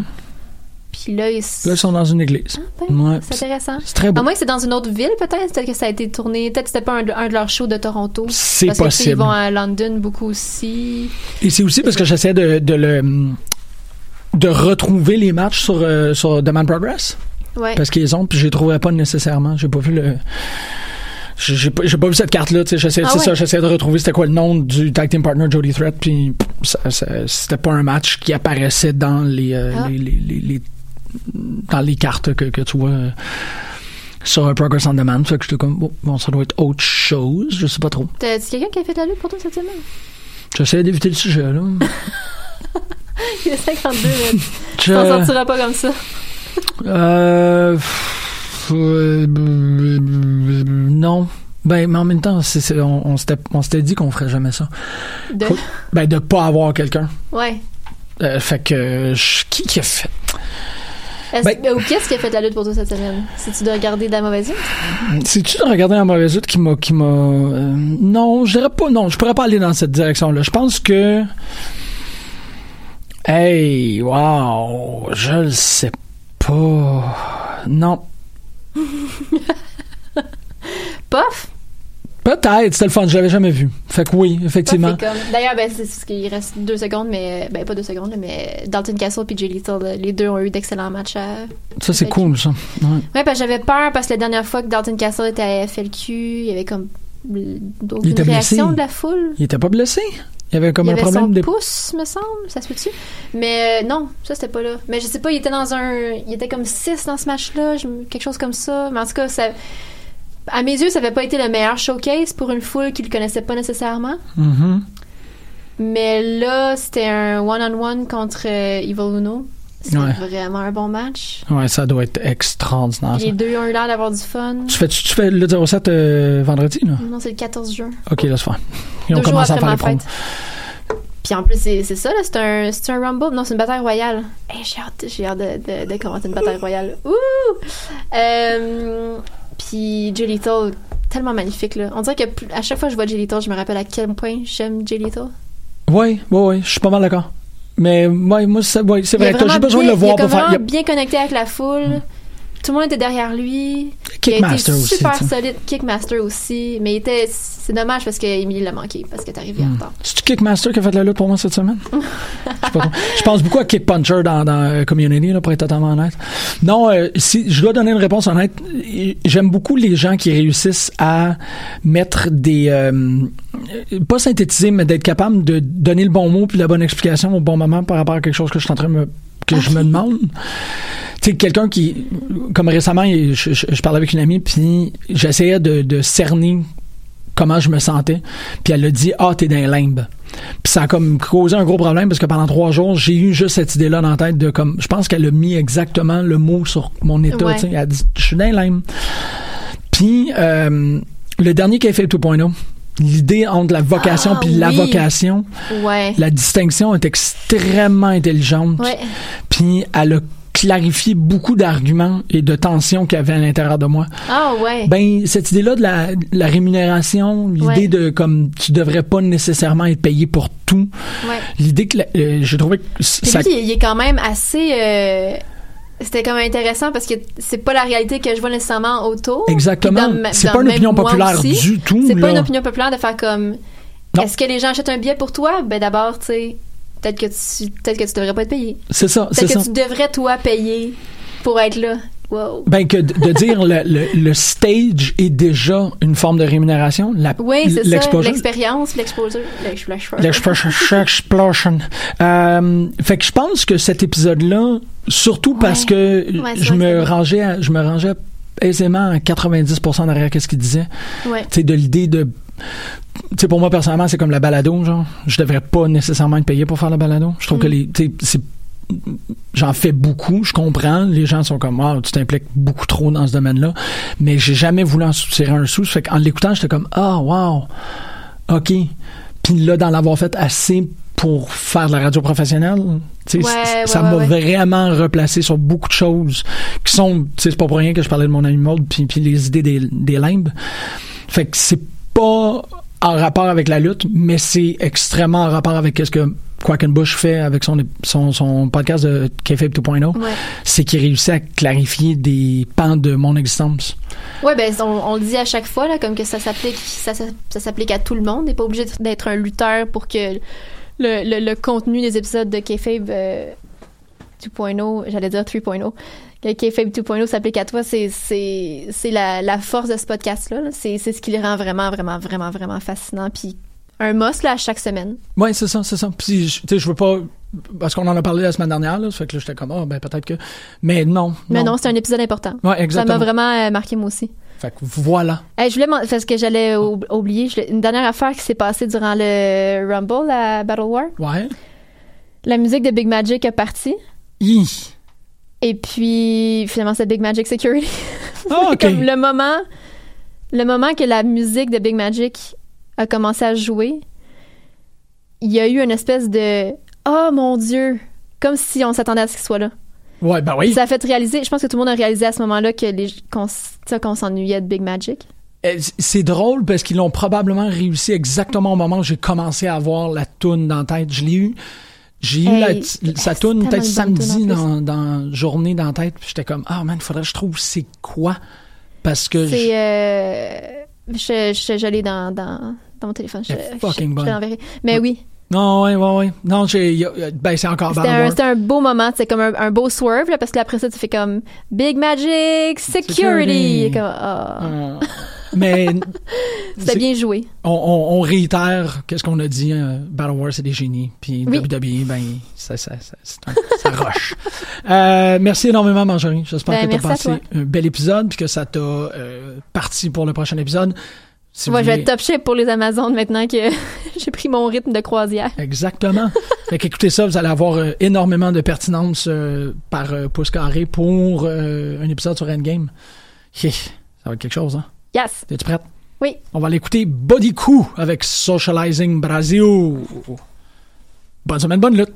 Puis là, il s- ils sont dans une église. ben, Ouais, c'est intéressant. c'est très beau. À moins que c'est dans une autre ville, peut-être. Peut-être que ça a été tourné. Peut-être que c'était pas un, de- un de leurs shows de Toronto. C'est Parce que, tu sais, Ils possible. vont euh, à London beaucoup aussi. Et c'est aussi parce que j'essaie de, de le de retrouver les matchs sur euh, sur Demand Progress Ouais. parce qu'ils ont puis je les trouvais pas nécessairement, j'ai pas vu le j'ai j'ai pas, j'ai pas vu cette carte là, tu sais, j'essaie Ah c'est ouais. ça, j'essaie de retrouver c'était quoi le nom du tag team partner Jody Threat puis pff, ça- ça- c'était pas un match qui apparaissait dans les, euh, Ah. les, les- les- les- dans les cartes que, que tu vois euh, sur euh, Progress on Demand, fait que j'étais comme oh, bon ça doit être autre chose, je sais pas trop. T'as- C'est quelqu'un qui a fait de la lutte pour toi cette semaine? J'essaie d'éviter le sujet là. *laughs* Il y a 52 *laughs* minutes. Je- Tu t'en sortiras pas comme ça. Euh, pff, euh, non. Ben, mais en même temps, c'est- c'est- on, on s'était on s'était dit qu'on ferait jamais ça. De... Faut- Ben, de pas avoir quelqu'un. Ouais. Euh, fait que. euh, je- qui qui a fait Est-ce- Ben- Ou qu'est-ce qui a fait de la lutte pour toi cette semaine? Si tu dois regarder de la mauvaise lutte? C'est-tu de regarder la mauvaise lutte qui m'a. qui m'a. euh, non, je dirais pas. Non, je pourrais pas aller dans cette direction-là. Je pense que. Hey, wow, je le sais pas. Non. Pof! Peut-être, c'était le fun, je l'avais jamais vu. Fait que oui, effectivement. Parfait, comme- D'ailleurs, ben, c'est ce qu'il reste deux secondes, mais ben pas deux secondes, mais Dalton Castle et Jay Little, les deux ont eu d'excellents matchs. À... Ça, c'est cool, ça. Ouais. Ouais, parce que j'avais peur parce que la dernière fois que Dalton Castle était à FLQ, il y avait comme Il une était blessé. réaction de la foule. Il était pas blessé. Il y avait comme il y un avait problème son des pouce, me semble, ça se peut-tu? Mais euh, non, ça c'était pas là. Mais je sais pas, il était dans un. Il était comme 6 dans ce match-là, je- quelque chose comme ça. Mais en tout cas, ça. À mes yeux, ça avait pas été le meilleur showcase pour une foule qui le connaissait pas nécessairement. Mhm. Mais là, c'était un one-on-one contre euh, Evil Uno. C'était Ouais. vraiment un bon match. Ouais, ça doit être extraordinaire. Ah, ça. Les deux ont eu l'air d'avoir du fun. Tu fais, tu, tu fais le 07 euh, vendredi, là? Non, c'est le 14 juin. Ok, là, c'est fine. Et on Deux jours commence à après faire ma les promos. fête. Puis en plus, c'est c'est ça, là, c'est un, c'est un Rumble. Non, c'est une bataille royale. Hey, j'ai hâte, j'ai hâte de, de, de commenter une bataille royale. Ouh! Euh, puis Jay Lethal, tellement magnifique, là. On dirait que plus- à chaque fois que je vois Jay Lethal, je me rappelle à quel point j'aime Jay Lethal. Oui, oui, oui, je suis pas mal d'accord. Mais ouais, moi, ça- ouais, c'est Il a vrai, t'as- j'ai vraiment besoin de bien- le voir il a pour comme faire. vraiment bien connecté avec la foule. Tout le monde était derrière lui. il a été Mm. Kickmaster aussi, super tu sais. solide. Kickmaster aussi. Mais il était. Mm. C'est dommage parce que Emily l'a manqué parce que t'es arrivé en retard. C'est-tu Kickmaster qui a fait la lutte pour moi cette semaine? sais pas quoi. Je pense beaucoup à Kick Puncher dans, dans euh, Community, là, pour être totalement honnête. Non, euh, si je dois donner une réponse honnête, euh, j'aime beaucoup les gens qui réussissent à mettre des... euh, pas synthétiser, mais d'être capable de donner le bon mot puis la bonne explication au bon moment par rapport à quelque chose que je suis en train de me que je me demande. Tu sais, quelqu'un qui, comme récemment, je, je- je parlais avec une amie, puis j'essayais de, de cerner comment je me sentais, puis elle a dit « Ah, t'es d'un limbe ». Puis ça a comme causé un gros problème parce que pendant trois jours, j'ai eu juste cette idée-là dans la tête de comme, je pense qu'elle a mis exactement le mot sur mon état, Ouais. tu sais. elle a dit « Je suis d'un limbe ». Puis euh, le dernier café 2.0, l'idée entre la vocation Ah, puis la oui. vocation, Ouais. la distinction est extrêmement intelligente. Ouais. Puis elle a clarifié beaucoup d'arguments et de tensions qu'il y avait à l'intérieur de moi. Ah ouais. Ben, cette idée-là de la, de la rémunération, l'idée Ouais. de comme tu devrais pas nécessairement être payé pour tout, Ouais. l'idée que la- euh, j'ai trouvé que Puis ça, lui, il- il est quand même assez. euh, C'était quand même intéressant parce que c'est pas la réalité que je vois nécessairement autour. Exactement. Puis dans ma- C'est dans pas une même opinion moi populaire aussi, du tout, C'est pas là. une opinion populaire de faire comme. Est-ce que les gens achètent un billet pour toi Ben d'abord, tu sais, peut-être que tu, peut-être que tu devrais pas être payé. c'est ça, c'est Peut-être que ça. tu devrais toi payer pour être là. Wow. Ben que de, de dire le, le- le stage est déjà une forme de rémunération, la- Oui, c'est ça. l'exposure, L'expérience, l'exposure, *laughs* l'exposure. L'expression. Euh, fait que je pense que cet épisode-là, surtout parce Ouais, que c'est je vrai que c'est me bon. rangeais, à- je me rangeais aisément à 90% derrière qu'est-ce qu'il disait. Ouais. Tu sais, de l'idée de, tu sais, pour moi personnellement, c'est comme la balado, genre. Je devrais pas nécessairement être payé pour faire la balado. Je trouve Mm. que les, tu sais, c'est j'en fais beaucoup, je comprends. Les gens sont comme, ah, tu t'impliques beaucoup trop dans ce domaine-là. Mais j'ai jamais voulu en soutirer un sou. Ça Fait qu'en l'écoutant, j'étais comme, ah, wow, OK. Puis là, d'en l'avoir fait assez pour faire de la radio professionnelle, tu sais, Ouais, c- ouais, ça ouais, m'a ouais. vraiment replacé sur beaucoup de choses qui sont, tu sais, c'est pas pour rien que je parlais de mon ami Maud, puis, puis les idées des, des limbes. Fait que c'est pas en rapport avec la lutte, mais c'est extrêmement en rapport avec ce que Quackenbush fait avec son, son, son podcast de KFAP Ouais. 2.0. oh. C'est qu'il réussit à clarifier des pans de mon existence. Ouais, ben on, on le dit à chaque fois là, comme que ça s'applique, ça, ça- ça s'applique à tout le monde. T'es pas obligé d'être un lutteur pour que le, le- le contenu des épisodes de Kayfabe euh, 2.0, j'allais dire 3.0, que Kayfabe 2.0 s'applique à toi, c'est c'est c'est la, la force de ce podcast là. C'est c'est ce qui le rend vraiment vraiment vraiment vraiment fascinant. Puis un must là à chaque semaine. Oui, c'est ça, c'est ça. Puis, je- tu sais, je veux pas. Parce qu'on en a parlé la semaine dernière, là. ça fait que là, j'étais comme, ah, ben, peut-être que. Mais non. Mais non, c'est un épisode important. Ouais, ça exactement. m'a vraiment euh, marqué moi aussi. Fait que voilà. Hey, je voulais m'en- parce que j'allais ou- oublier je l'ai- une dernière affaire qui s'est passée durant le Rumble à Battle War. Ouais. La musique de Big Magic est partie *laughs* Hi. et puis finalement c'est Big Magic Security. Ah, ok. *laughs* Comme le moment le moment que la musique de Big Magic a commencé à jouer, il y a eu une espèce de oh mon dieu, comme si on s'attendait à ce qu'il soit là. Ouais, ben oui. Ça a fait réaliser, je pense que tout le monde a réalisé à ce moment-là que les qu'on s- tu sais, qu'on s'ennuyait de Big Magic. Euh, c- C'est drôle parce qu'ils l'ont probablement réussi exactement au moment où j'ai commencé à avoir la toune dans la tête. Je l'ai eu. J'ai eu Hey, la t- sa toune peut-être tellement une bonne samedi toune en dans, dans journée dans la tête. puis J'étais comme ah man, faudrait que je trouve c'est quoi parce que je- C'est. Euh, je je, je l'ai dans, dans, dans mon téléphone. Je, Elle est je- fucking je te bonne. l'enverrai. Mais oui, non ouais ouais ouais non j'ai y a- y a- ben c'est encore euh, c'était Ballard. un, c'était un beau moment. C'est comme un, un beau swerve, là, parce que après ça, tu fais comme Big Magic Security. Security. Et Comme, ah. Euh, mais *laughs* C'était c'est- bien joué. on, on- on réitère qu'est-ce qu'on a dit. euh, Battle Wars, c'est des génies. Puis Oui. WWE, ben, ça, ça, ça, c'est un- ça roche. Euh, merci énormément, Marjorie. J'espère Ben, que tu as merci à passé un bel épisode puis que ça t'a euh, parti pour le prochain épisode. Si Moi, vous je vais voulez- être top shape pour les Amazones maintenant que *laughs* j'ai pris mon rythme de croisière. Exactement. *laughs* fait qu'écoutez ça, vous allez avoir euh, énormément de pertinence euh, par euh, pouce carré pour euh, un épisode sur Endgame. Hi, ça va être quelque chose, hein? Yes! T'es-tu prête? Oui. On va l'écouter Body Coup avec Socializing Brazil. Bonne semaine, bonne lutte.